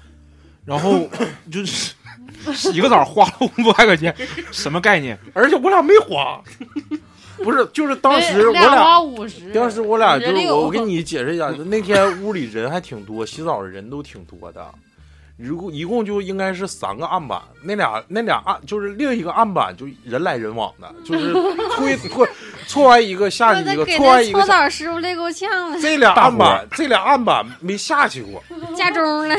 然 后就是洗个澡花了五百块钱，什么概念？
而且我俩没花，不是，就是当时我
俩
俩
花五
嗯
十，
当时我俩就是
人
我，
六
我跟 你解释一下，那天屋里人还挺多，洗澡的人都挺多的。如果一共就应该是三个案板，那俩那俩案就是另一个案板就人来人往的， 就是推推搓完一个下
我
去一
得
个，
给
搓完
那
一
搓
个下。
澡师傅累够呛了，
这俩案
大伙
板，这俩案板没下去过，
家中了，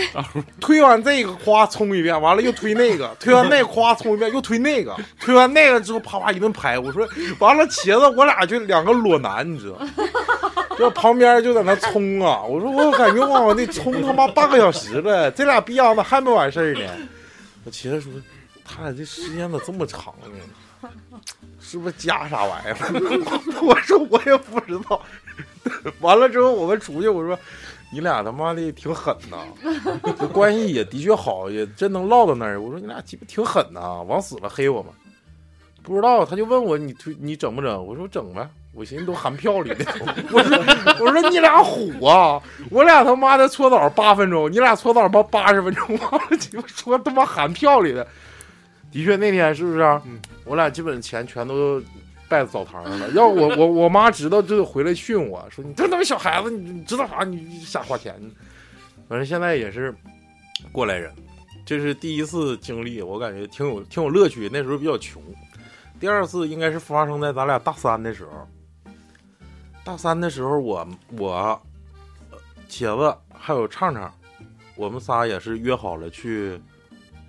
推完这个夸冲一遍，完了又推那个，推完那个夸冲一遍，又推那个，推完那个之后啪啪一顿拍。我说完了，茄子，我俩就两个裸男，你知道吗，就旁边就在那冲啊。我说我感觉我往那冲他妈半个小时了，这俩逼样子还没完事儿呢。我茄子说，他俩这时间咋这么长呢？是不是加啥玩意儿？ 我说我也不知道。完了之后我们出去，我说你俩他妈的挺狠呐。这关系也的确好，也真能唠到那儿。我说你俩鸡巴挺狠呐、往死了黑我们。不知道，他就问我你推你整不整？我说整呗。我寻思都含票里的， 我说我说你俩虎啊！我俩他妈的搓澡八分钟，你俩搓澡妈八十分钟， 完了鸡巴说他妈含票里的。的确那天是不是、啊？
嗯
我俩基本钱全都拜澡堂上了。要我我我妈知道就得回来训我说你这他妈小孩子，你你知道啥？你瞎花钱。反正现在也是过来人，这是第一次经历，我感觉挺有挺有乐趣。那时候比较穷，第二次应该是发生在咱俩大三的时候。大三的时候我，我茄子还有畅畅，我们仨也是约好了去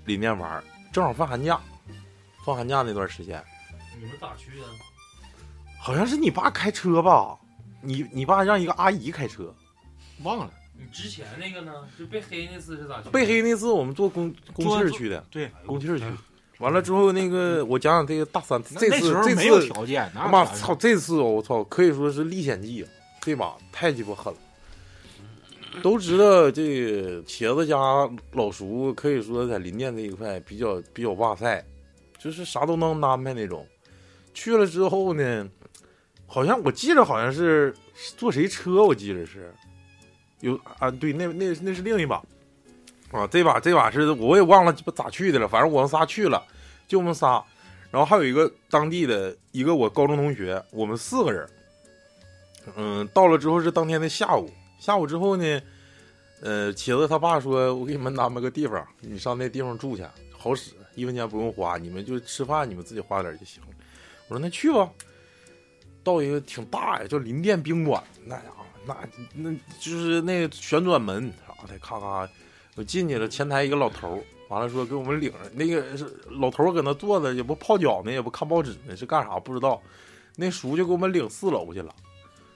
林甸玩儿，正好放寒假，放寒假那段时间，
哎你们咋去的？
好像是你爸开车吧，你你爸让一个阿姨开车。
忘了
你之前那个呢？就被黑那次是咋去？
被。黑那次我们坐公公
坐
汽
坐
去的，
对，
公汽去。完了之后，那个我讲讲这个大三，
那
这
那
次
时候
这
没有
次，
条件，那
妈
啥
操，，这次哦我操，可以说是历险记啊，这把太鸡巴狠了。都知道这个茄子家老叔可以说在林甸这一块比较比较哇塞，就是啥都能安排那种。去了之后呢，好像我记着好像是坐谁车，我记着是有啊，对，那那那是另一把啊，这把这把是我也忘了鸡巴咋去的了，反正我们仨去了，就我们仨，然后还有一个当地的一个我高中同学，我们四个人，嗯，到了之后是当天的下午，下午之后呢，呃，茄子他爸说，我给你们安排个地方，你上那地方住去，好使，一分钱不用花，你们就吃饭，你们自己花点就行了。我说那去吧，到一个挺大呀，叫林甸宾馆，那家伙，那那就是那旋转门啥的，咔咔，我进去了，前台一个老头儿，完了说给我们领着，那个是老头儿搁那坐着，也不泡脚呢，也不看报纸呢，是干啥不知道。那叔就给我们领四楼去了，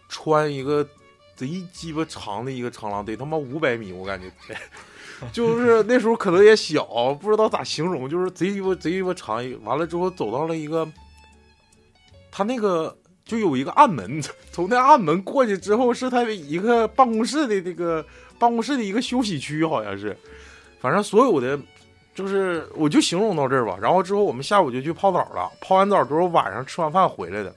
穿一个贼鸡巴长的一个长廊，得他妈五百米，我感觉，就是那时候可能也小，不知道咋形容，就是贼鸡巴贼鸡巴长一个。完了之后走到了一个，他那个就有一个暗门， 从那暗门过去之后是他的一个办公室的那个办公室的一个休息区，好像是，反正所有的。就是我就形容到这儿吧，然后之后我们下午就去泡澡了，泡完澡之后晚上吃完饭回来的，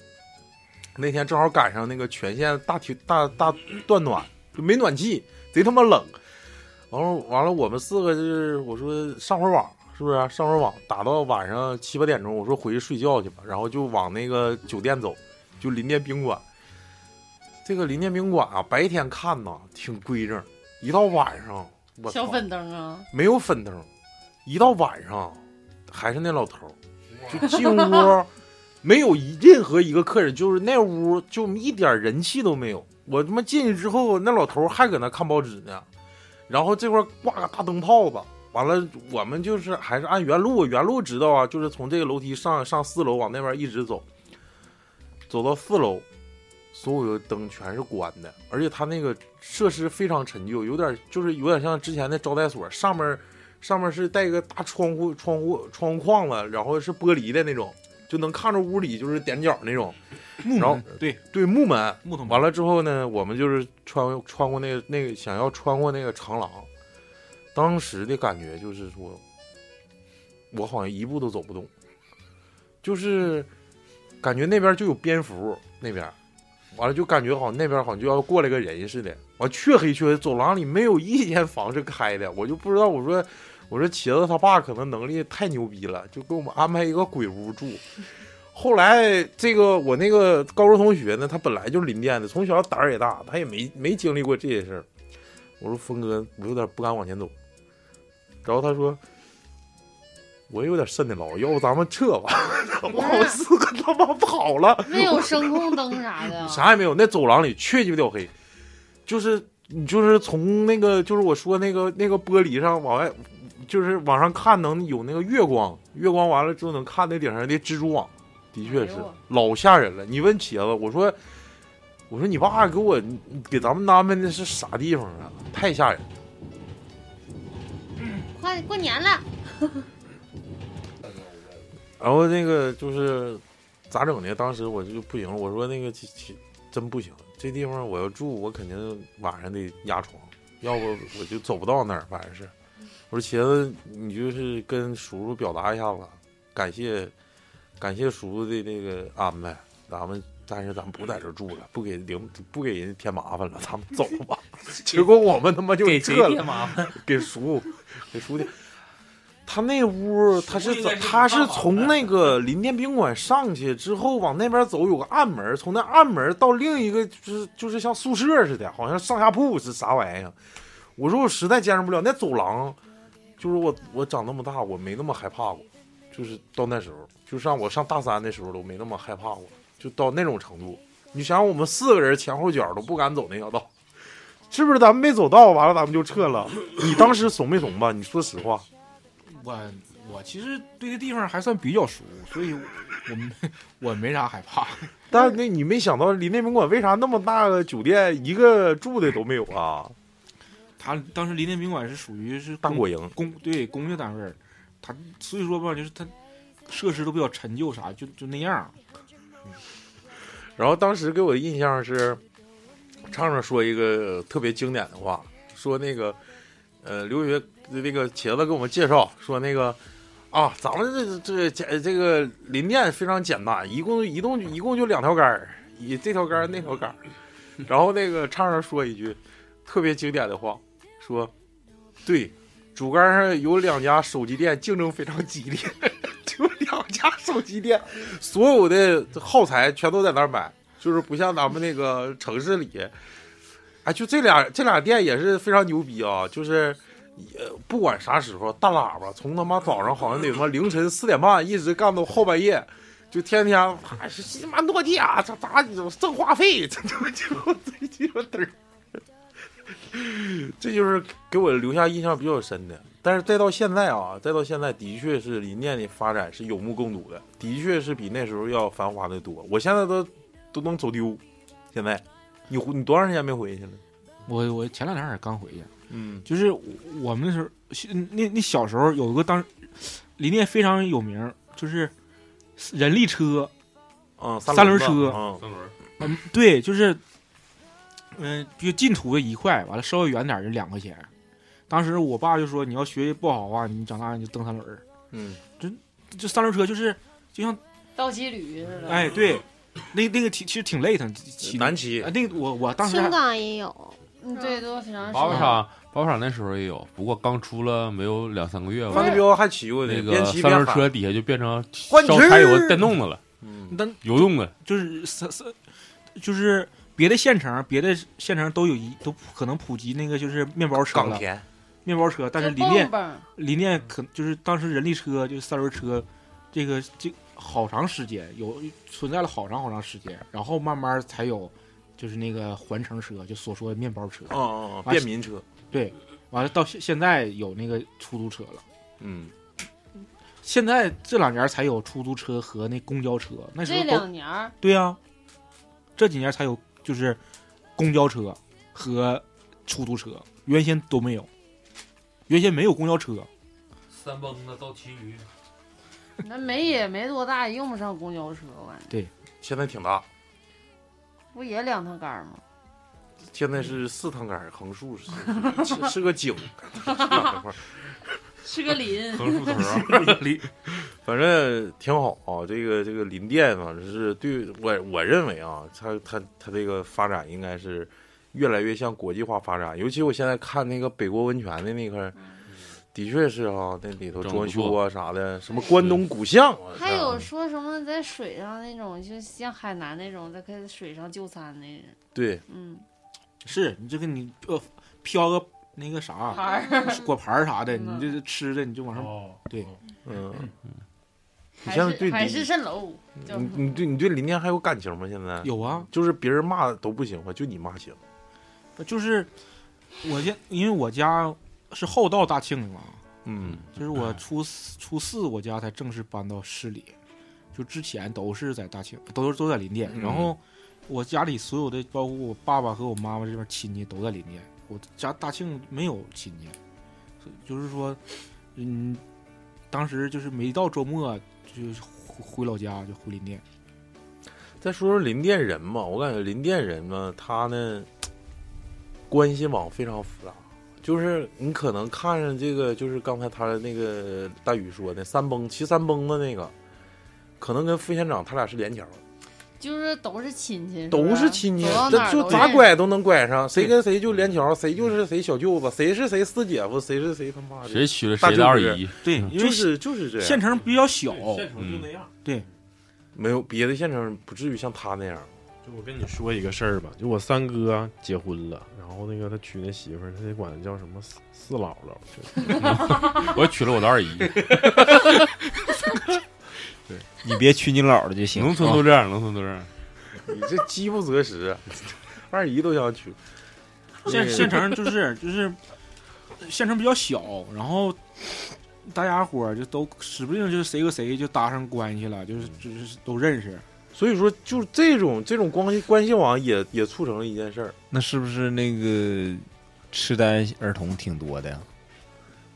那天正好赶上那个全县大停大大断暖，就没暖气，贼他妈冷。然后完了，我们四个就是我说上会儿网，是不是、啊上会儿网，打到晚上七八点钟，我说回去睡觉去吧，然后就往那个酒店走，就林甸宾馆。这个林甸宾馆啊，白天看呐挺规整，一到晚上，我操
小粉 灯啊，
没有粉灯，一到晚上还是那老头儿，就进屋没有一任何一个客人，就是那屋就一点人气都没有。我他妈进去之后，那老头儿还搁那看报纸呢，然后这块儿挂个大灯泡子。完了，我们就是还是按原路，原路知道啊，就是从这个楼梯上上四楼，往那边一直走，走到四楼，所有的灯全是关的，而且它那个设施非常陈旧，有点就是有点像之前的招待所，上面上面是带一个大窗户窗户窗户框子，然后是玻璃的那种，就能看着屋里就是点角那种，
木
然后
门对
对木门。
木头门
完了之后呢，我们就是穿穿过那个那个想要穿过那个长廊，当时的感觉就是说，我好像一步都走不动，就是感觉那边就有蝙蝠，那边完了就感觉好像那边好像就要过来个人似的，完黢黑黢黑，走廊里没有一间房是开的，我就不知道我说。我说茄子他爸可能能力太牛逼了，就给我们安排一个鬼屋住。后来这个我那个高中同学呢，他本来就是林甸的，从小胆儿也大，他也没没经历过这些事儿。我说峰哥，我有点不敢往前走。然后他说，我有点瘆得慌，要不咱们撤吧？ 我四个他妈跑了，，
没有声控灯啥的啊
啥也没有，那走廊里确鸡巴掉黑，就是你就是从那个就是我说那个那个玻璃上往外，就是往上看能有那个月光，月光完了之后能看那顶上的蜘蛛网，的确是、
哎呦
老吓人了。你问茄子，我说我说你爸给我你给咱们安排的是啥地方啊？太吓人了。
快过年了，
然后那个就是咋整呢？当时我就不行了，我说那个这这真不行，这地方我要住，我肯定晚上得压床，要不我就走不到那儿。反正是，我说茄子，你就是跟叔叔表达一下子，感谢感谢叔叔的那个安排，咱们。但是咱们不在这儿住了，不给领不给人添麻烦了，咱们走 吧。结果我们他妈就
给谁
撤了
添，麻烦？
给叔，给叔的。他那屋他是
叔
怎
应该是
他是
上好
从那个林甸宾馆上去之后，往那边走有个暗门，从那暗门到另一个就是就是像宿舍似的，好像上下铺是啥玩意儿。我说我实在坚持不了，那走廊就是我我长那么大我没那么害怕过，就是到那时候，就上我上大三的时候都没那么害怕过，就到那种程度。你想想我们四个人前后脚都不敢走那条道，是不是咱们没走到，完了咱们就撤了？你当时怂没怂吧？你说实话，
我我其实对这地方还算比较熟，所以我我没我没啥害怕。
但那你没想到离内宾馆为啥那么大个酒店一个住的都没有啊？
他当时林林宾馆是属于是
大
工
果营，
工对工业单位儿，他所以说吧，就是他设施都比较陈旧啥，就就那样儿。
然后当时给我的印象是，畅畅说一个呃特别经典的话，说那个，呃，刘学那个茄子给我们介绍说那个，啊，咱们这这这这个林甸非常简单，一共一共一共就两条杆儿，以这条杆儿那条杆儿。然后那个畅畅说一句特别经典的话，说，对，主杆上有两家手机店，竞争非常激烈， 就两家手机店。所有的耗材全都在那儿买，就是不像咱们那个城市里，哎，就这俩这俩店也是非常牛逼啊，就是。也不管啥时候，大喇叭从他妈早上好像得他妈凌晨四点半一直干到后半夜，就天天哎是他妈诺基亚啊咋咋挣话费，这他妈就这鸡巴嘚儿， 这就是给我留下印象比较深的。但是再到现在啊，再到现在，的确是林甸的发展是有目共睹的，的确是比那时候要繁华的多。我现在都都能走丢，现在你回你多长时间没回去了？
我我前两天也刚回去，
嗯
就是我我们那时候小嗯那那小时候有个当林甸非常有名儿，就是人力车，
啊，
三
轮
轮
子
车
啊，
三轮儿
嗯，对，就是，嗯、就近途的一块，完了稍微远点儿就两块钱。当时我爸就说，你要学习不好的话，你长大你就蹬三轮儿。
嗯，
这三轮车就是就像
倒骑驴似的。
哎，对，那那个挺其实挺累的，骑
南骑
哎
啊，那个我我 当时
青
还
港也有，
嗯，对，都挺长时间。
八宝厂，八宝厂那时候也有，不过刚出了没有两三个月
范
吧
德。彪还骑过
那
呢，
个
边骑
三
边
轮
喊
车底下就变成
换
烧
气
柴
儿
油电动的了，
嗯
但
油用的。
就是三三，就是别的县城别的县城都有一都可能普及那个就是面包车
港
了，
田，
面包车，但是
就
林甸
蹦蹦
林甸可就是当时人力车就是三轮车，这个这好长时间有存在了好长好长时间，然后慢慢才有就是那个环城车，就所说的面包车。
哦
嗯嗯嗯，
啊
便民车，
完了到现现在有那个出租车了，
嗯，
现在这两年才有出租车和那公交车，那时候
这
都
两年儿
对呀、这几年才有就是公交车和出租车，原先都没有，原先没有公交车，
三蹦子到骑驴，
那没也没多大，也用不上公交车，我感觉
现在挺大，
不也两趟杆儿吗？
现在是四趟杆儿横竖是 是是个井，等会儿
是个林，
横竖头 啊，
反正挺好啊，这个这个林甸反正是对我我认为啊，它它它这个发展应该是越来越向国际化发展。尤其我现在看那个北国温泉的那块儿，
嗯
的确是啊，那里头
整得
装
不错
修啊啥的，什么关东古巷啊，
还有
啥的
说什么在水上那种，就像海南那种，在可以在水上就餐的，
对，
嗯，
是你这个你呃飘个那个
啊
啥
牌儿
果盘儿啥的，
嗯
你这吃的你就往上
哦，
对
嗯，你
海
现在对嗯
市海市
林，
蜃楼，叫
你你对你对林甸还有感情吗？现在
有啊，
就是别人骂都不行吧，就你骂行。
就是我家因为我家是后到大庆的嘛，
嗯，
就是我初四初四我家才正式搬到市里，就之前都是在大庆，都是都在林甸。
嗯
然后我家里所有的，包括我爸爸和我妈妈这边亲戚都在林甸，我家大庆没有亲戚，所以就是说，嗯，当时就是没到周末就是回回老家就回林甸。
再说说林甸人嘛，我感觉林甸人呢，他呢关系网非常复杂，就是你可能看上这个，就是刚才他那个大宇说的三蹦骑三蹦的那个，可能跟副县长他俩是连桥，
就是都是亲戚，
都
是
是亲戚
啊走到，哪
这
儿
就
都
咋
认识
拐都能拐上，谁跟谁就连桥，谁就是谁小舅子，谁是谁四姐夫，谁是谁他妈的，
谁娶了谁的二姨？
对，因
就
为
是就是这
嗯县
样，
城比较小，
县城就那样。
没有别的县城不至于像他那样，
就我跟你说一个事儿吧，就我三哥结婚了，然后那个他娶那媳妇儿，他得管她叫什么四四姥姥，就
我娶了我的二姨。
你别娶你姥姥就行。啊
农村都这样，农村都这样。
啊 你这饥不择食，二姨都想娶。
县县城就是就是县城比较小，然后大家伙儿就都指不定就是谁和谁就搭上关系了，就是就是都认识。
所以说，就这种这种关系关系网也也促成了一件事儿。
那是不是那个痴呆儿童挺多的呀？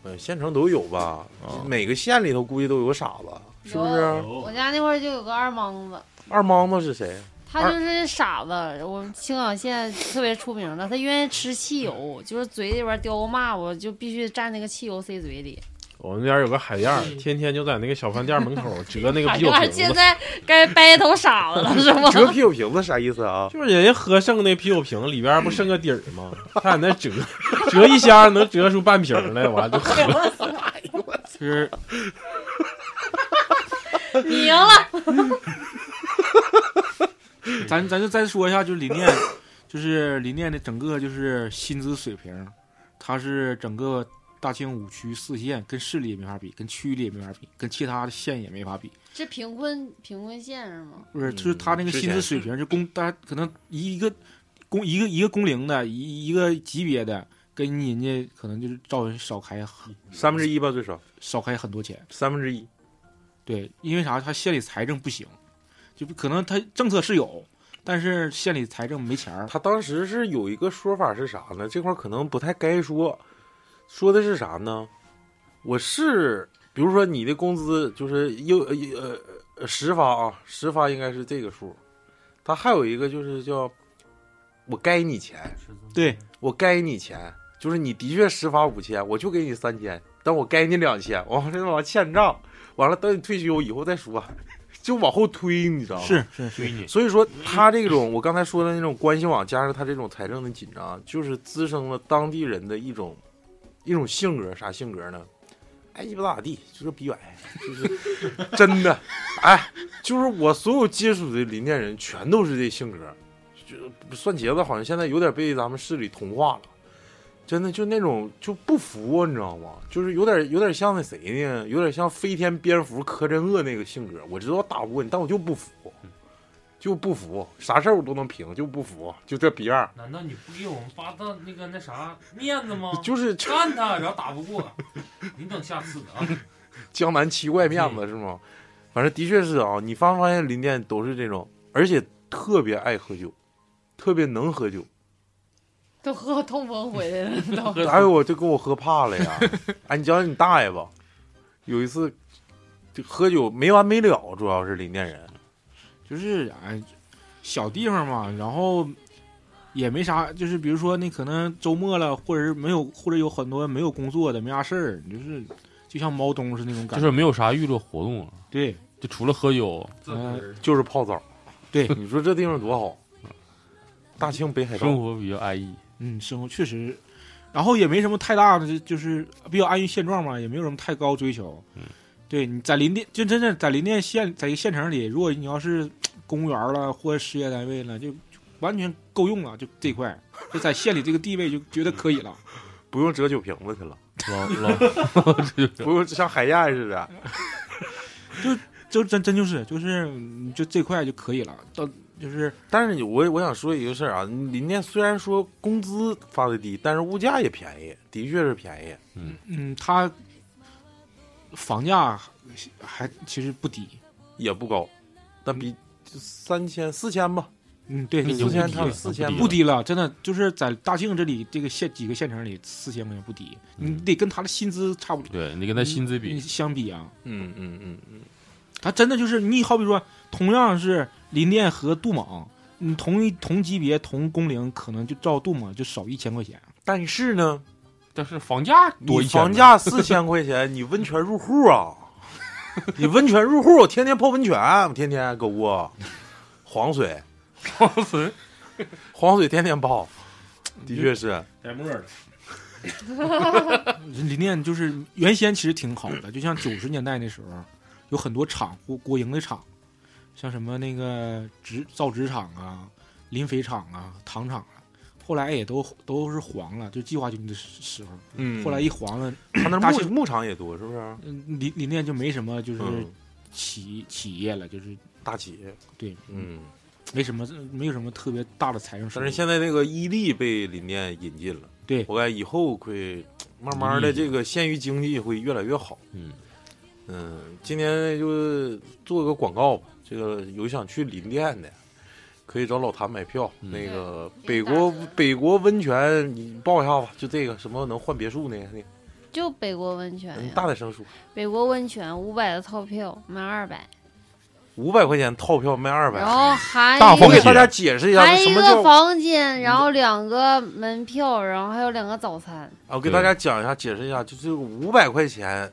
呃，县城都有吧？
啊
每个县里头估计都有个傻子，是不是？
我家那块儿就有个二莽子，
二莽子是谁？
他就是傻子，我们青岛县特别出名的，他愿意吃汽油，就是嘴里边叼个骂我，就必须蘸那个汽油塞嘴里。
我们那边有个海燕儿，天天就在那个小饭店门口折那个
好
啤酒
像
瓶
现
子，
在该掰头傻子了是吗？
折啤酒瓶子啥意思 啊？
就是人家喝剩那啤酒瓶里边不剩个底儿吗？他在那折，折一箱能折出半瓶儿来，完了就喝。
就是
你赢了，
咱咱就再说一下，就是林念，就是林念的整个就是薪资水平，它是整个大庆五区四县跟市里也没法比，跟区里也没法比，跟其他的县也没法比。
这贫困贫困县是吗？
不是，
嗯
就是他那个
之
薪
前
资水平，就工大家可能一个工一个一个工龄的，一一个级别的，跟人家可能就是照人少开很
三分之一吧，最少
少开很多钱。
三分之一。
对，因为啥？他县里财政不行，就可能他政策是有，但是县里财政没钱儿。
他当时是有一个说法是啥呢？这块儿可能不太该说，说的是啥呢？我是比如说你的工资就是又呃呃呃十发啊，十发应该是这个数。他还有一个就是叫我该你钱，
对，
我该你钱，就是你的确实罚五千，我就给你三千，但我该你两千，完了这往欠账，完了等你退休以后再说， 就往后推，你知道吗？
是是是，
追你，
所以说他这种我刚才说的那种关系网，加上他这种财政的紧张，就是滋生了当地人的一种一种性格，啥性格呢？爱鸡巴咋地，就是 逼歪，就是真的，哎，就是我所有接触的林甸人全都是这性格，就蒜茄子好像现在有点被咱们市里同化了。真的就那种就不服，啊你知道吗？就是有点有点像那谁呢？有点像飞天蝙蝠柯镇恶那个性格。我知道我打不过你，但我就不服。就不服，啥事儿我都能平，就不服，就这逼样儿，
难道你不给我们发到那个那啥面子吗？
就是就
干他，然后打不过，你等下次 啊！
江南七怪面子是吗？反正的确是啊，你发没发现林甸都是这种，而且特别爱喝酒，特别能喝酒。
都喝痛风回来了 都。
哎呦，我就给我喝怕了呀！哎，你讲讲你大爷吧，有一次就喝酒没完没了，主要是林甸人，
就是哎，小地方嘛，然后也没啥，就是比如说你可能周末了，或者是没有，或者有很多没有工作的，没啥事儿，你就是就像猫冬是那种
就
感觉。
是没有啥娱乐活动了，
对，
就除了喝酒，
这人
就是泡 澡。
对
你说这地方多好，大庆北海道
生活比较安逸。
嗯，生活确实，然后也没什么太大的，就就是比较安于现状嘛，也没有什么太高追求。
嗯
对，你在林甸，就真正在林甸县，在一个县城里，如果你要是公务员了或者事业单位了，就就完全够用了，就这块，就在县里这个地位就觉得可以了。
不用折酒瓶子去了，
老老，
不用像海燕似的。
就真真就是就是嗯就这块就可以了，到就是
但是你我我想说一个事儿啊，林甸虽然说工资发的低，但是物价也便宜，的确是便宜。
嗯，它房价还其实不低，
也不高，但比就三千四千吧，
嗯，对，
比
对
四
对
千
低
差不多
了
四千
不
吧
不低了，真的就是在大庆这里这个县几个县城里四千块钱不低，
嗯
你得跟他的薪资差不多，
对你跟他薪资比
你，相比啊，
嗯嗯嗯嗯，
他真的就是你好比说，同样是林甸和杜莽，你同一同级别同工龄，可能就照杜莽就少一千块钱，
但是呢，
但是房价多
你
一千呢，
房价四千块钱，你温泉入户啊，你温泉入户，我天天泡温泉，我天天狗啊，黄 水，
房子
黄水天天泡，的确是，
带沫了，
林甸就是原先其实挺好的，就像九十年代那时候，有很多厂国国营的厂，像什么那个纸造纸厂啊、磷肥厂啊、糖厂啊，后来也都都是黄了，就计划经济的时时候。
嗯，
后来一黄了，
他那
大
牧
兴
牧场也多，是不是？
嗯林林甸就没什么就是
嗯，
企企业了，就是
大企业，
对，
嗯，
没什么没有什么特别大的财政收
但
入
是。现在那个伊利被林甸引进了，
对
我感觉以后会慢慢的这个县域经济会越来越好。
嗯
嗯，今年就是做个广告吧，这个有想去林甸的，可以找老谭买票。
嗯
那个北
对
国
有打折
北国温泉，你报一下吧，就这个什么能换别墅呢？那个
就北国温泉
你
呀，
大点声说，
北国温泉五百的套票卖二百，
五百块钱套票卖二
然
百。
后含
大
我
放
一
给
血
个
大家解释一下
含
这什
哦一
么
个
叫
房间，然后两个门票，然后还有两个早餐，
啊，我给大家讲一下，解释一下，就是五百块钱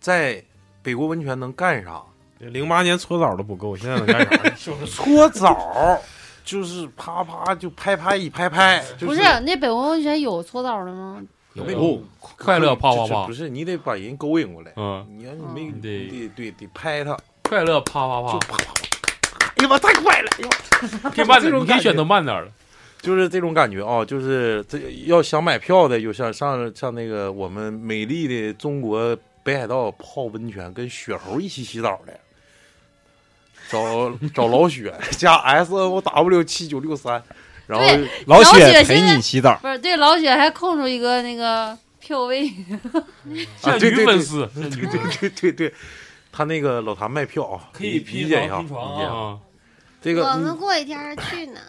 在北国温泉能干啥？
零八年搓澡都不够，现在能干啥 呀？就是
搓澡，就是啪啪就拍拍一拍拍，就
不是那北国温泉有搓澡的吗？
有
没有
快乐啪啪
这这
啪
不，是你得把人勾引过来，
嗯，
你要你没
嗯
得得得得拍他，
快乐啪啪
就啪
啪，
啪啪，哎呀妈太快了，哎呀妈
可以 慢
这
点，
种
你可
感觉
以选择慢点了。
就是这种感觉啊，就是这要想买票的，有想上上那个我们美丽的中国北海道泡温泉，跟雪猴一起洗澡的。找 找老雪加 S N O W 七九六三，然后
对
老
老
雪
雪
陪
现在
你洗澡，
不是，对老雪还空出一个那个票位，
啊
善
对对
于
对
粉丝，
对对对对对，他那个老谭卖票啊，理理解一下，理解一下
啊，
这
我们
个嗯
过几天儿去呢。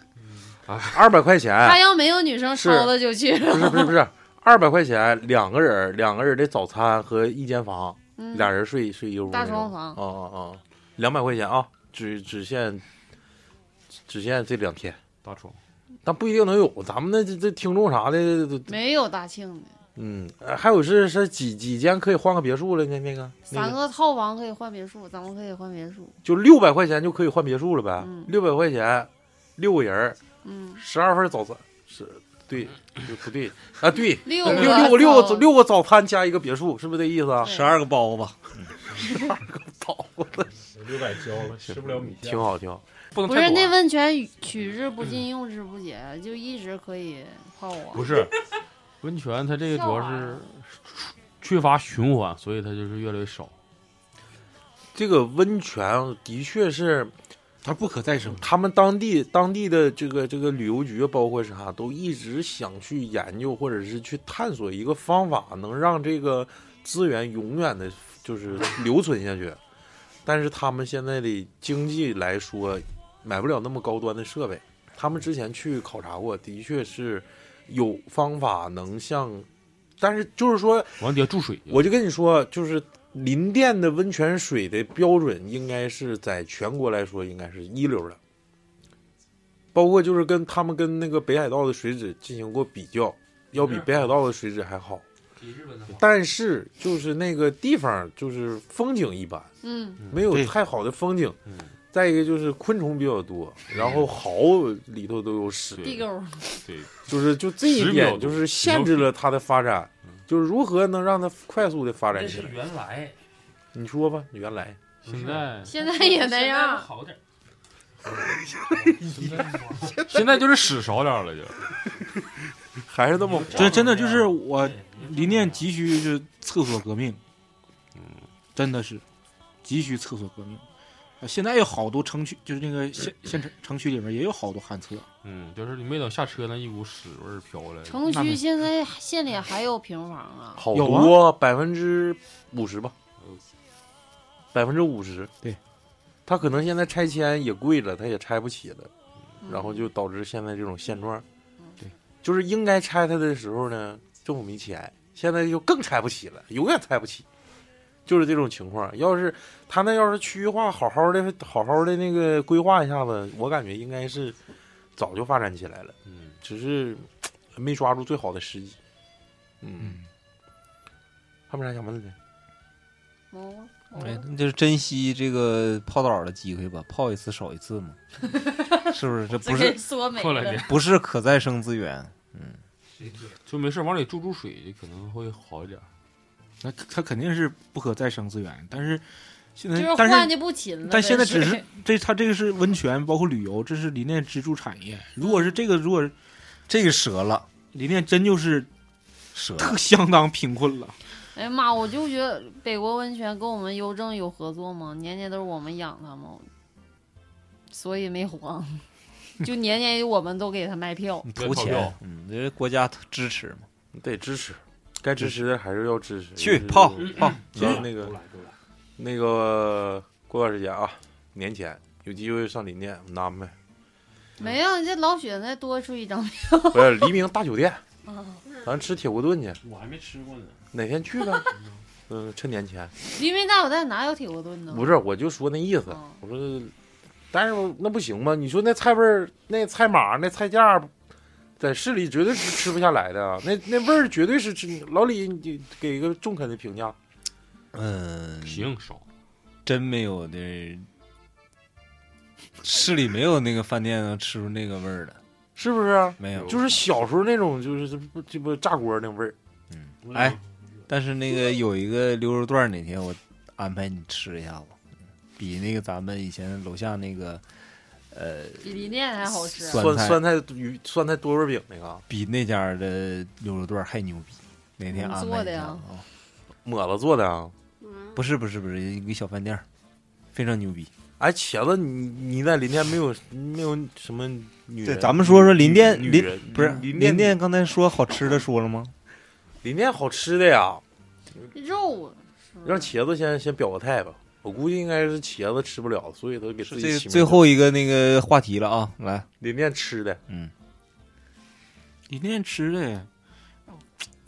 二百块
他
钱，
要没有女生
是
收的就去
不
了。
哎是不是不是，二百块钱两个人，两个人的早餐和一间房，
嗯
俩人睡睡一个屋那
大
种，
双
啊
房
啊啊，两百块钱啊，只只限只限这两天，
大床，
但不一定能有，咱们那这这听众啥的，都
没有大庆的，
嗯，呃还有是是几几间可以换个别墅了呢？那个那
三
个
个套房可以换别墅，咱们可以换别墅。
就六百块钱就可以换别墅了呗
嗯，
六百块钱六个人儿。
嗯，
十二份早餐是对，就不对啊？对，
六
六
个
六个六
套
个六个早餐加一个别墅，是不是这意思啊？
十二个包吧。
操，我的
六百交了，吃不了米线
挺。好挺好。
不能
不
太
是那
短。
温泉取之不尽用之不竭，就一直可以泡啊。
不是，温泉它这个主要是缺乏循环，所以它就是越来越少。
这个温泉啊的确是
它不可再生。
他们当地当地的这个这个旅游局，包括啥，都一直想去研究或者是去探索一个方法，能让这个资源永远的，就是留存下去。 但是他们现在的经济来说，买不了那么高端的设备。他们之前去考察过，的确是有方法能像，但是就是说
往底下注水，
我就跟你说，啊就是林甸的温泉水的标准，应该是在全国来说应该是一流的，包括就是跟他们跟那个北海道的水质进行过比较，要比北海道的水质还好。
比日本的好。
但是就是那个地方就是风景一般，
嗯，
没有
对
太好的风景
嗯。
再一个就是昆虫比较多，然后蚝里头都有屎，
地沟儿
就是就这一
10秒
点
钟嗯
就是限制了它的发展，就是如何能让它快速的发展
这
起
是
来。
原来，
你说吧，原来
现在
现在 也那样。
好点。
现在就是屎少点了，就
还是那么
真真的就是我林甸急需是厕所革命，真的是急需厕所革命。啊现在有好多城区，就是那个县县城城区里面也有好多旱厕，
嗯，就是你没等下车，那一股屎味儿飘过来。
城区现在县里还有平房啊，
好
有
多百分之五十吧，百分之五十。
对，
他可能现在拆迁也贵了，他也拆不起了，
嗯
然后就导致现在这种现状。对，就是应该拆它的时候呢，政府没钱，现在就更拆不起了，永远拆不起，就是这种情况。要是他那要是区域化好好的、好好的那个规划一下子，我感觉应该是早就发展起来了。
嗯，
只是没抓住最好的时机。嗯，还没啥想问的？
哦
哎
哦，
那就是珍惜这个泡澡的机会吧，泡一次少一 次嘛，是不是？这不
这
是
给缩美
过来
了
点，
不是可再生资源，
就没事往里注注水，可能会好一点。
那它肯定是不可再生资源。但是现在
就，是
但
换
是
的不勤了呗。
但现在只
水
是 这它这个是温泉，包括旅游，这是林甸支柱产业。如果是这个，如果
这个折了，
林甸真就是
折了。
特相当贫困了，
哎呀妈！我就觉得北国温泉跟我们邮政有合作吗？年年都是我们养他们，所以没黄。 就年年我们都给他卖票。
你
对
投
投
钱
票，
嗯，这国家支持嘛，
你得支持，该支持的还是要支持。
去
就是
泡泡，
然后那个那个过段时间啊，年前有机会上林甸，我们安排。
没有，这老雪再多出一张票。
不是呃黎明大酒店
嗯，
咱吃铁锅炖去，
我还没吃过呢。
哪天去呗？ 嗯，趁年前。
黎明大酒店哪有铁锅炖呢？
不是，我就说那意思
嗯，
我说，但是那不行吧？你说那菜味儿、那菜码、那菜价，在市里绝对是吃不下来的啊，那那味儿绝对是吃。老李，你给一个中肯的评价，
嗯，
行，少
真没有的，市里没有那个饭店能吃出那个味儿的，
是不是？
没有。
就是小时候那种，就是这不这不炸锅那味儿。
哎，但是那个有一个溜肉段儿，哪天我安排你吃一下子，比那个咱们以前楼下那个，呃，
比黎店还好吃。
酸
酸
菜
酸菜鱼、酸菜多味饼那个，
比那家的溜肉段儿还牛逼。哪天安
怎么做
排一
的呀
下子啊？
抹了做的啊。
嗯，
不是不是不是，一个小饭店儿，非常牛逼。
哎，茄子，你你在林甸没有没有什么女人？
对咱们说说林甸
女
林
人
不是
林
林
甸
店刚才说好吃的说了吗？
林甸好吃的呀，
肉是不
让
是
茄子先先表个态吧。我估计应该是茄子吃不了，所以他给自己
最
起名
最后一个那个话题了啊，来，
林甸吃的，
嗯，
里面吃的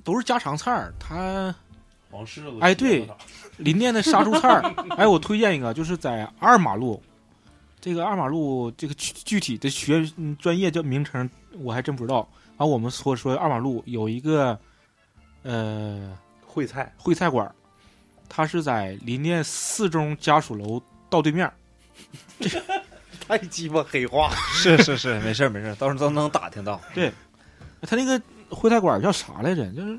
都是家常菜儿，它
黄柿子
哎对，林甸的杀猪菜儿，哎，我推荐一个，就是在二马路，这个二马路这个具具体的学嗯专业叫名称我还真不知道。然后我们所说二马路有一个呃
烩菜
烩菜馆儿，它是在林甸四中家属楼道对面儿。
太鸡巴黑化。
是是是，没事儿没事儿，到时候都能打听到。
它那个烩菜馆儿叫啥来着？就是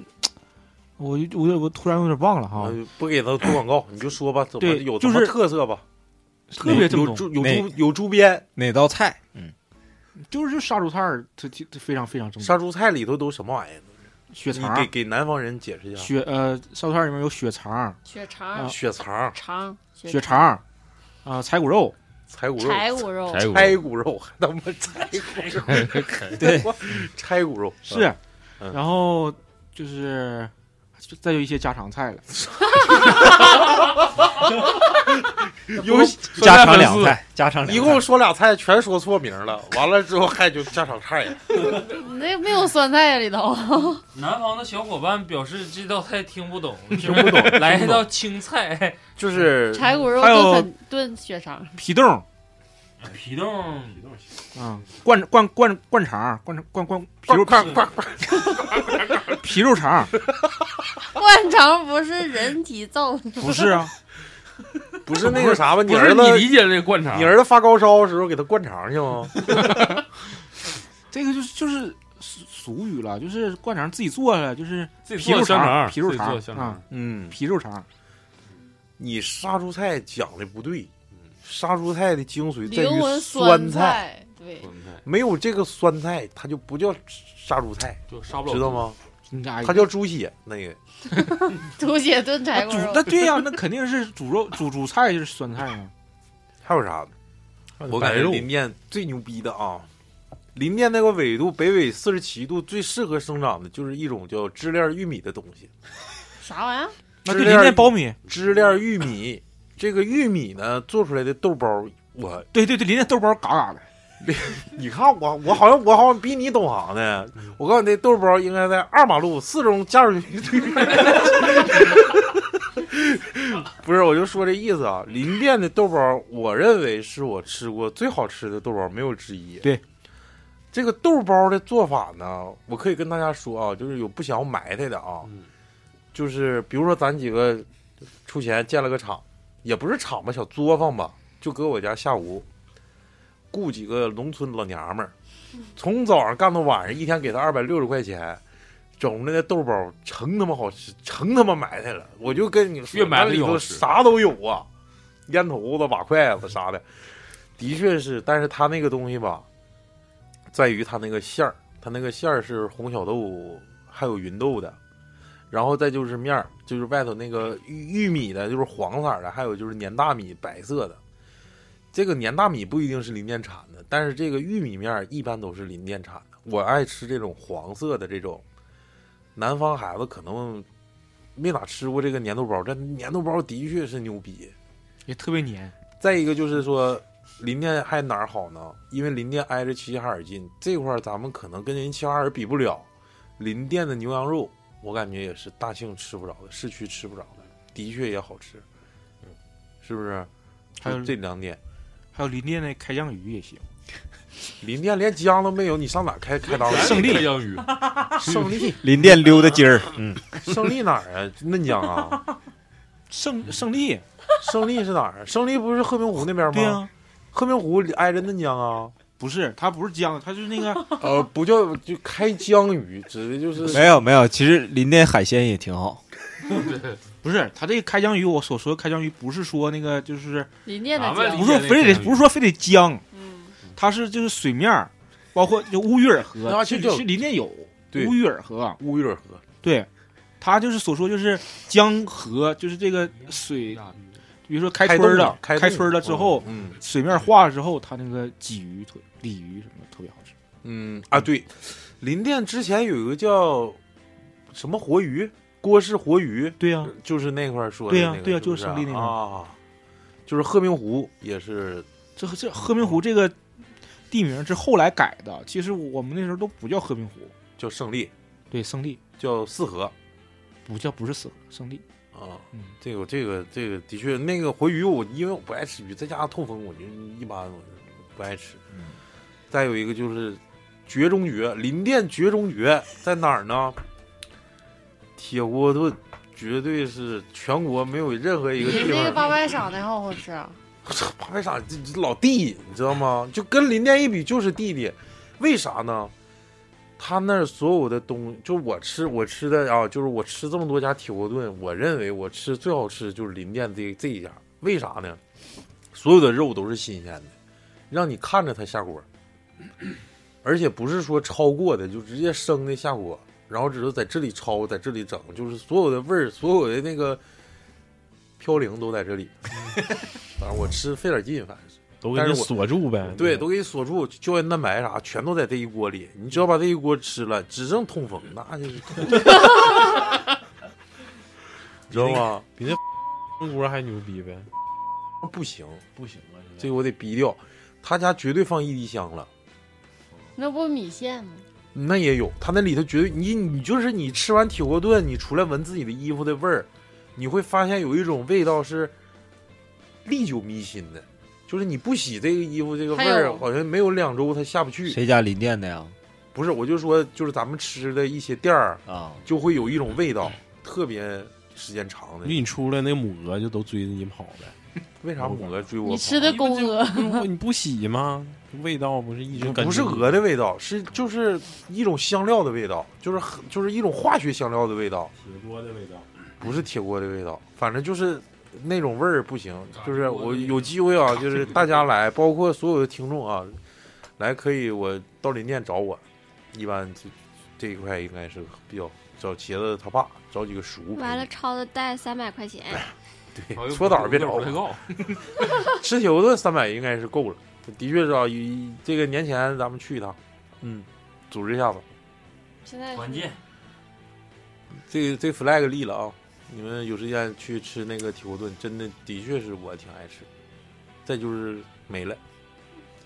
我我我突然有点忘了
啊
哈，
呃不给他做广告，你就说吧，怎么
对
有
就
什么
是
特色吧？
特别正
有
宗。
猪有
哪
猪有猪鞭，
哪道菜？嗯，
就是就杀猪菜儿，它它它非常非常正宗。
杀猪菜里头都什么玩意儿？
血肠
你
儿
给、啊给南方人解释一下。
血呃杀猪菜儿里面有血肠儿、
血肠
啊、
血肠、
肠、
血肠儿啊、排骨肉，
柴骨肉、
柴骨肉、
柴骨
拆骨肉，还他妈拆 骨肉，
对，
拆骨肉
是，啊
嗯
然后就是就再有一些家常菜了，
有
家常两菜，家常两 菜。
一共说俩菜，全说错名了。完了之后还就家常菜呀，
你那没有酸菜啊里头。
南方的小伙伴表示这道菜听不懂， 听
不懂
来一道青菜，
就是
柴骨肉
还有
炖粉炖血 肠，
皮冻儿
皮冻，
啊、灌灌灌灌肠儿，灌灌灌皮肉
快快快，
皮肉肠儿，
灌肠不是人体 造成，
不是啊，
不是那个啥吧？你
不
儿
是
子
你理解的那个灌肠，
你儿子发高烧的时候给他灌肠去吗？
这个就是就是俗俗语了，就是灌肠儿自己做了，就是
自己
皮
做
肉
的香
肠
肠，
儿皮肉
自己
肠
做
儿
的香
啊
肠，，
嗯，
皮肉肠儿，
你 杀猪菜讲的不对，嗯杀猪菜的精髓在
灵
于
魂
酸菜，
菜，对，
酸菜
没有这个酸菜，它就不叫杀猪菜，
就杀不了，
知道？吗？
你家
它叫猪血那个。
猪血炖
啊
柴骨
煮
肉
那，对呀、那肯定是煮肉煮煮菜就是酸菜啊。
还有啥？我感
啊白
觉
肉，
林甸最牛逼的啊，林甸那个纬度北纬四十七度最适合生长的就是一种叫支链玉米的东西，
啥玩意儿？
那
支
对，
链
林甸苞米，
支链玉米。这个玉米呢做出来的豆包，我
对对对，林甸豆包嘎嘎的。
你看我我好像我好像比你懂行呢。我告诉你，那豆包应该在二马路四中加入局对面。 不是，我就说这意思啊。林甸的豆包，我认为是我吃过最好吃的豆包，没有之一。
对，
这个豆包的做法呢，我可以跟大家说啊，就是有不想要埋汰的啊，
嗯
就是比如说咱几个出钱建了个厂，也不是厂吧，小作坊吧，就搁我家下午雇几个农村老娘们儿，从早上干到晚上，一天给他二百六十块钱。整的那豆包成他妈好吃，成他妈埋汰了！我就跟你说，
越埋汰
那里
越
头
好吃
啥都有啊，烟头子、瓦筷子啥的，的确是。但是他那个东西吧，在于它那个馅儿，它那个馅儿是红小豆还有芸豆的，然后再就是面儿，就是外头那个玉玉米的，就是黄色儿的，还有就是粘大米白色的。这个粘大米不一定是林甸产的，但是这个玉米面儿一般都是林甸产的。我爱吃这种黄色的这种，南方孩子可能没咋吃过这个粘豆包，这粘豆包的确是牛逼。
也特别黏。
再一个就是说，林甸还哪儿好呢？因为林甸挨着齐齐哈尔近，这块儿咱们可能跟人齐齐哈尔比不了。林甸的牛羊肉，我感觉也是大庆吃不着的，市区吃不着的，的确也好吃，嗯，是不是？
还有
就这两 点，
还有林甸的开江鱼也行，
林 甸连姜都没有，你上哪儿开开刀？
胜利
开江鱼，
胜利，
林甸溜达鸡儿，嗯，
胜利哪儿啊？嫩江啊？
胜胜利
胜利是哪儿啊？胜利不是和平湖那 边
对
吗？
啊，
和平湖挨着嫩江啊。
不是它不是江，它就是那个
呃，不叫就开江鱼，指的就是
没有没有，其实林甸海鲜也挺好，
不是它这个开江鱼，我所说的开江鱼不是说那个就是
林甸
哪
的
位
家
不是说非得不是说非得江，
嗯，
它是就是水面儿，包括就乌鱼尔河，
那
是
就叫
是林甸有
对
乌鱼尔河，
乌鱼儿河。
对，它就是所说就是江河，就是这个水，比如说开春儿了，
开
开哦
动
春儿了之后，
嗯
水面化了之后，它那个鲫鱼、特鲤鱼什么的特别好吃。
嗯啊，对，林甸之前有一个叫什么活鱼，郭氏活鱼，
对呀、
就是那块儿说的
对呀
那个
对呀
是不
就是胜利那
啊
块儿
啊，就是鹤鸣湖也是
这这和平湖这个地名是后来改的，其实我们那时候都不叫和平湖，
叫胜利，
对，胜利
叫四河
不叫不是死胜利，
啊。
嗯，
这个这个这个的确，那个活鱼我因为我不爱吃鱼，再加上痛风，我就一般我就不爱吃。再有一个就是绝中绝，林甸绝中绝在哪儿呢？铁锅炖绝对是全国没有任何一
比
个地
那个
方。
八百赏的还好好吃啊！
八百啥这这老弟，你知道吗？就跟林甸一比就是弟弟，为啥呢？他那儿所有的东，就我吃我吃的啊，就是我吃这么多家铁锅炖，我认为我吃最好吃就是林甸这这一家，为啥呢？所有的肉都是新鲜的，让你看着它下锅，而且不是说焯过的，就直接生的下锅，然后只是在这里焯，在这里整，就是所有的味儿，所有的那个嘌呤都在这里。反正我吃费点劲，反正是
嗯都给
但
你
是我
锁住呗。
对，都给你锁住，胶原蛋白啥全都在这一锅里，你只要把这一锅吃了，只剩痛风，那就是 痛风，知道吗？
比那中国还牛逼呗。
不行，
不行啊，
这个我得逼掉。他家绝对放一滴香了，
那不米线吗？
那也有，他那里头绝对你你就是你吃完铁锅炖，你出来闻自己的衣服的味儿，你会发现有一种味道是历久弥新的，就是你不洗这个衣服这个味
还
儿，
有
好像没有两周它下不去。
谁家林甸的呀？
不是，我就说，就是咱们吃的一些店儿，
啊，
就会有一种味道，特别时间长的
就。你出来那母鹅就都追着你跑呗。
为啥母鹅追我跑？
你吃的公鹅，
不是你不洗吗？味道不是一直跟着
不是
你
鹅的味道，是就是一种香料的味道，就是很就是一种化学香料的味道，
铁锅的味道。
不是铁锅的味道，反正就是那种味儿不行。就是我有机会啊，就是大家来，包括所有的听众啊，来可以我到林甸找我，一般这这一块应该是比较找茄子他爸，找几个熟。
完了，超子带三百块钱，
对，搓澡儿别找我
快。告，
吃铁锅炖三百应该是够了，的确是啊，一这个年前咱们去一趟，嗯，组织一下子，
现在
团建，
这个这个 flag 立了啊！你们有时间去吃那个铁锅炖，真的的确是我挺爱吃。再就是没了，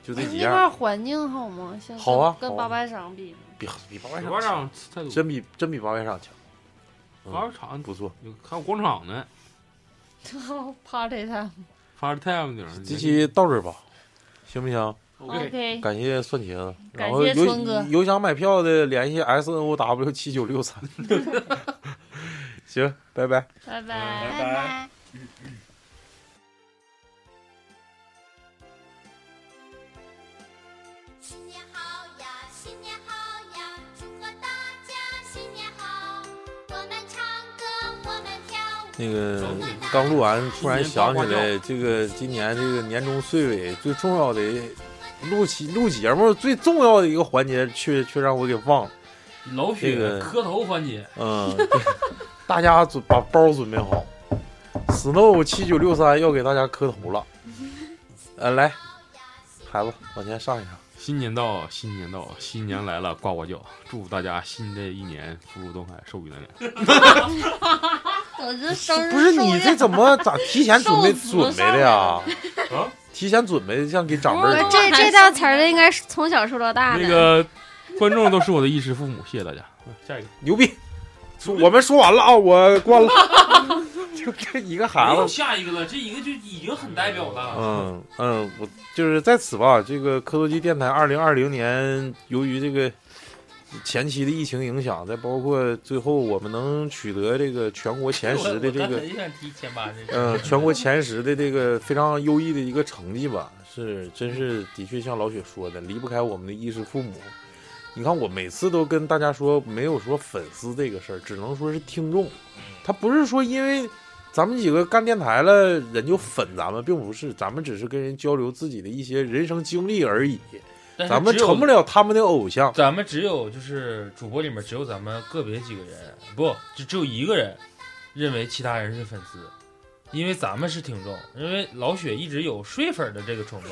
就这
那
几
那
样
哎
块
儿，
环境好吗？像
好啊
跟
好
跟
啊
八百赏比，
比比八
八
百
百
场强，
场太多，
真比真比八百场强，嗯
八百场
不错。
有还有广场呢
，party time。
，part time 顶儿。
这期到这儿吧，行不行？
OK，
感谢蒜茄子，然
感谢
后有
春哥
有想买票的联系 S N O W 七九六三。 行，拜拜。
拜拜。
拜拜。
新年好呀，新年好呀，祝贺大家新年好！我们唱歌，我们跳舞。
那个刚录完，突然想起来，这个今年这个年终岁尾最重要的录起录节目最重要的一个环节，却却让我给忘了。
老
这
雪
个
磕头环节，
嗯，对大家准把包准备好，Snow 七九六三要给大家磕头了。呃，来，孩子往前上一上。
新年到，新年到，新年来了，呱呱叫！祝福大家新的一年福如东海，寿比南山。
我这生日
不是你这怎么咋提前准备
寿司
准备的呀？啊，提前准备像给长辈儿
我这这道词儿应该是从小说到大的。
那个观众都是我的衣食父母，谢谢大家。
嗯
下一个，
牛逼。说我们说完了啊，我 关了。就这一个孩子，
下一个了，这一个就已经很代表了。
嗯嗯，我就是在此吧。这个科多基电台二零二零年，由于这个前期的疫情影响，再包括最后我们能取得这个全国前十的这个，
很想提前八这
嗯、全国前十的这个非常优异的一个成绩吧，是真是的确像老雪说的，离不开我们的衣食父母。你看，我每次都跟大家说，没有说粉丝这个事儿，只能说是听众。他不是说因为咱们几个干电台了，人就粉咱们，并不是，咱们只是跟人交流自己的一些人生经历而已。
但是
嗯咱们
只有
成不了他们的偶像，
咱们只有就是主播里面只有咱们个别几个人，不就只有一个人认为其他人是粉丝，因为咱们是听众，因为老雪一直有睡粉的这个冲动，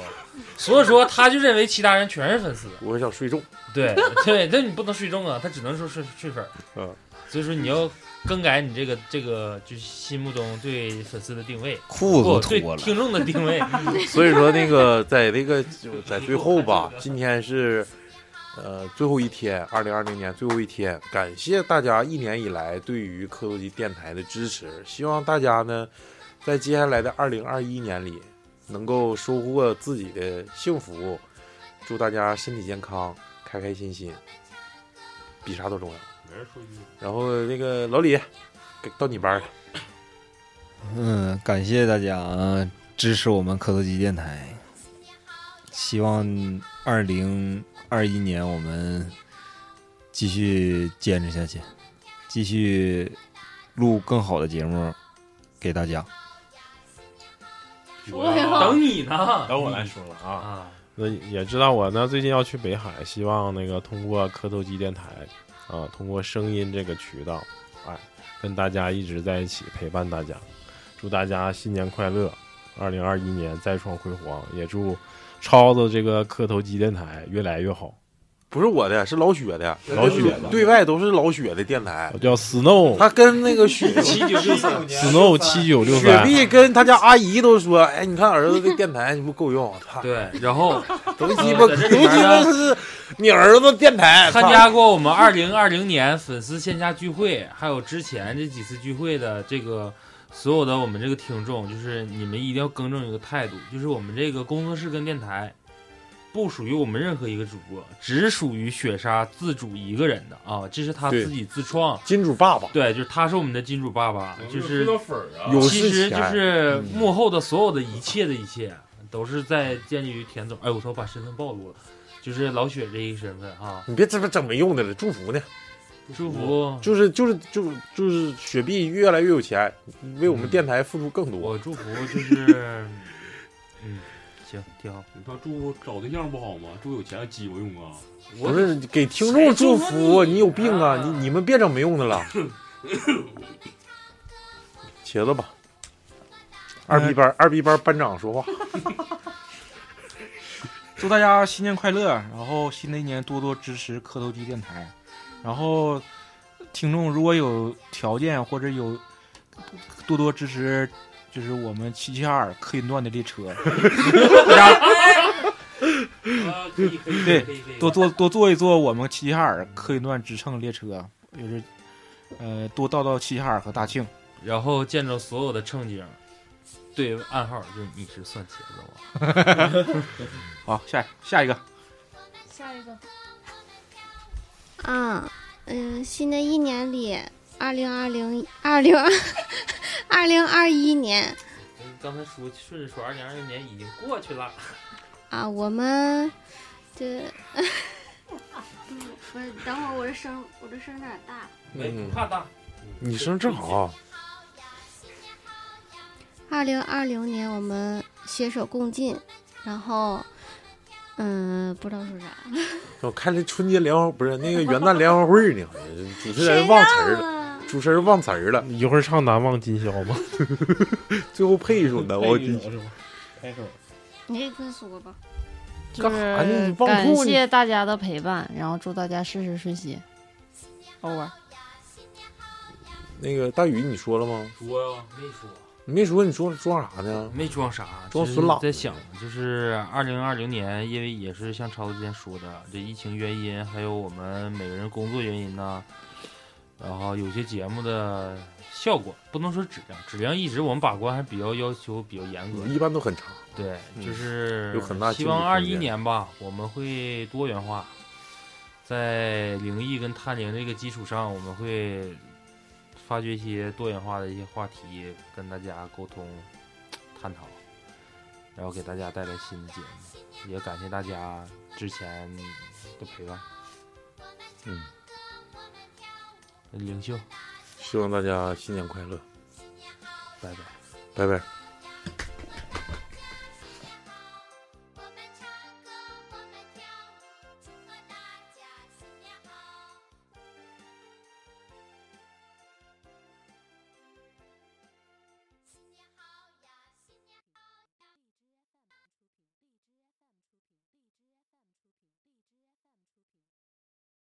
所以说他就认为其他人全是粉丝。
我想睡重。
对 对，但你不能睡中啊，他只能说睡睡粉。
嗯，
所以说你要更改你这个这个就是心目中对粉丝的定位，不
裤子都
对
脱了，
听众的定位。
所以说，那个在那个就在最后吧，今天是呃最后一天，二零二零年最后一天，感谢大家一年以来对于科多基电台的支持，希望大家呢在接下来的二零二一年里能够收获自己的幸福，祝大家身体健康，开开心心，比啥都重要。
没人说一句。
然后那个老李，给到你班儿了，
嗯，感谢大家啊支持我们科多基电台，希望二零二一年我们继续坚持下去，继续录更好的节目给大家。
我呀，
等你呢
等我来说了啊。
啊，
那也知道我呢，最近要去北海，希望那个通过磕头机电台啊，通过声音这个渠道，哎，跟大家一直在一起陪伴大家，祝大家新年快乐，二零二一年再创辉煌，也祝超子这个磕头机电台越来越好。
不是我的，是老雪的，
老雪的
对外都是老雪的电台
我。叫 Snow
他跟那个 雪
七九六三，
Snow 七九六
雪
啊
三，
碧跟他家阿姨都说：“哎，你看儿子的电台，你不够用，操，
对，然后
都鸡巴，
在这
都
里
鸡
边
巴
呢
是你儿子电台，
参
操
加过我们二零二零年粉丝线下聚会，还有之前这几次聚会的这个所有的我们这个听众，就是你们一定要更正一个态度，就是我们这个工作室跟电台不属于我们任何一个主播，只属于雪莎自主一个人的啊，这是她
对
自己自创。
金主爸爸
对，就是他是我们的金主爸爸，就是
粉儿啊
有
其
事
实就
钱，
是幕后的所有的一切的一切，都是在建立于田总。哎，我操，把身份暴露了，就是老雪这一身份啊，
你别这么整没用的了，祝福呢，
祝福
就是就是就是就是雪碧越来越有钱，为我们
嗯
电台付出更多。
我祝福 就是，嗯，行，挺好。
你说祝找对象不好吗？祝有钱的鸡巴用啊！
不是给听众祝福，你有病啊！你你们别整没用的 了。茄子吧，二 B 班二 B 班班长说话，
祝大家新年快乐，然后新的一年多多支持磕头机电台，然后听众如果有条件或者有多多支持，就是我们七七二客运段的列车，大家
啊，可以可以
对
可以可以
多坐多坐一坐我们七七二客运段直乘列车，就是呃多到到齐齐哈尔和大庆。
然后见着所有的乘警，对暗号就是你是蒜茄子吗？
好，下下一个，
下一个
啊，嗯，新的一年里，二零二零二 零二零二一年
哎刚才说顺着说，二零二零年已经过去了，
啊，我们这。 不是，等会儿我这声，我这声有点大。
没
嗯
不怕大。
你声正好。
二零二零年我们携手共进，然后，嗯，不知道说啥。
我看这春节联欢不是那个元旦联欢会呢，主持人忘词儿了，
了？
主持人忘词儿了，
一会儿唱《难忘今宵》吧。
最后配一首难忘今宵。
是吧？
你也快说吧。
就
干啥呢你
是
忘
感
裤呢
谢大家的陪伴，然后祝大家事事顺心。over。
那个大宇，你说了吗？
说呀，没说。
你没说，你说装啥呢？
没装啥，
装
只是
孙老
在想，就是二零二零年，因为也是像超子之前说的，这疫情原因，还有我们每个人工作原因呐，然后有些节目的效果不能说质量，质量一直我们把关还比较要求比较严格，
一般都很长。
对，
嗯
就是
有很大
希
进步
望二
空
一
间
年吧，我们会多元化，在灵异跟探灵这个基础上，我们会发掘一些多元化的一些话题，跟大家沟通探讨，然后给大家带来新的节目，也感谢大家之前的陪伴。
嗯，
领袖，
希望大家新年快乐，
拜拜。
拜拜。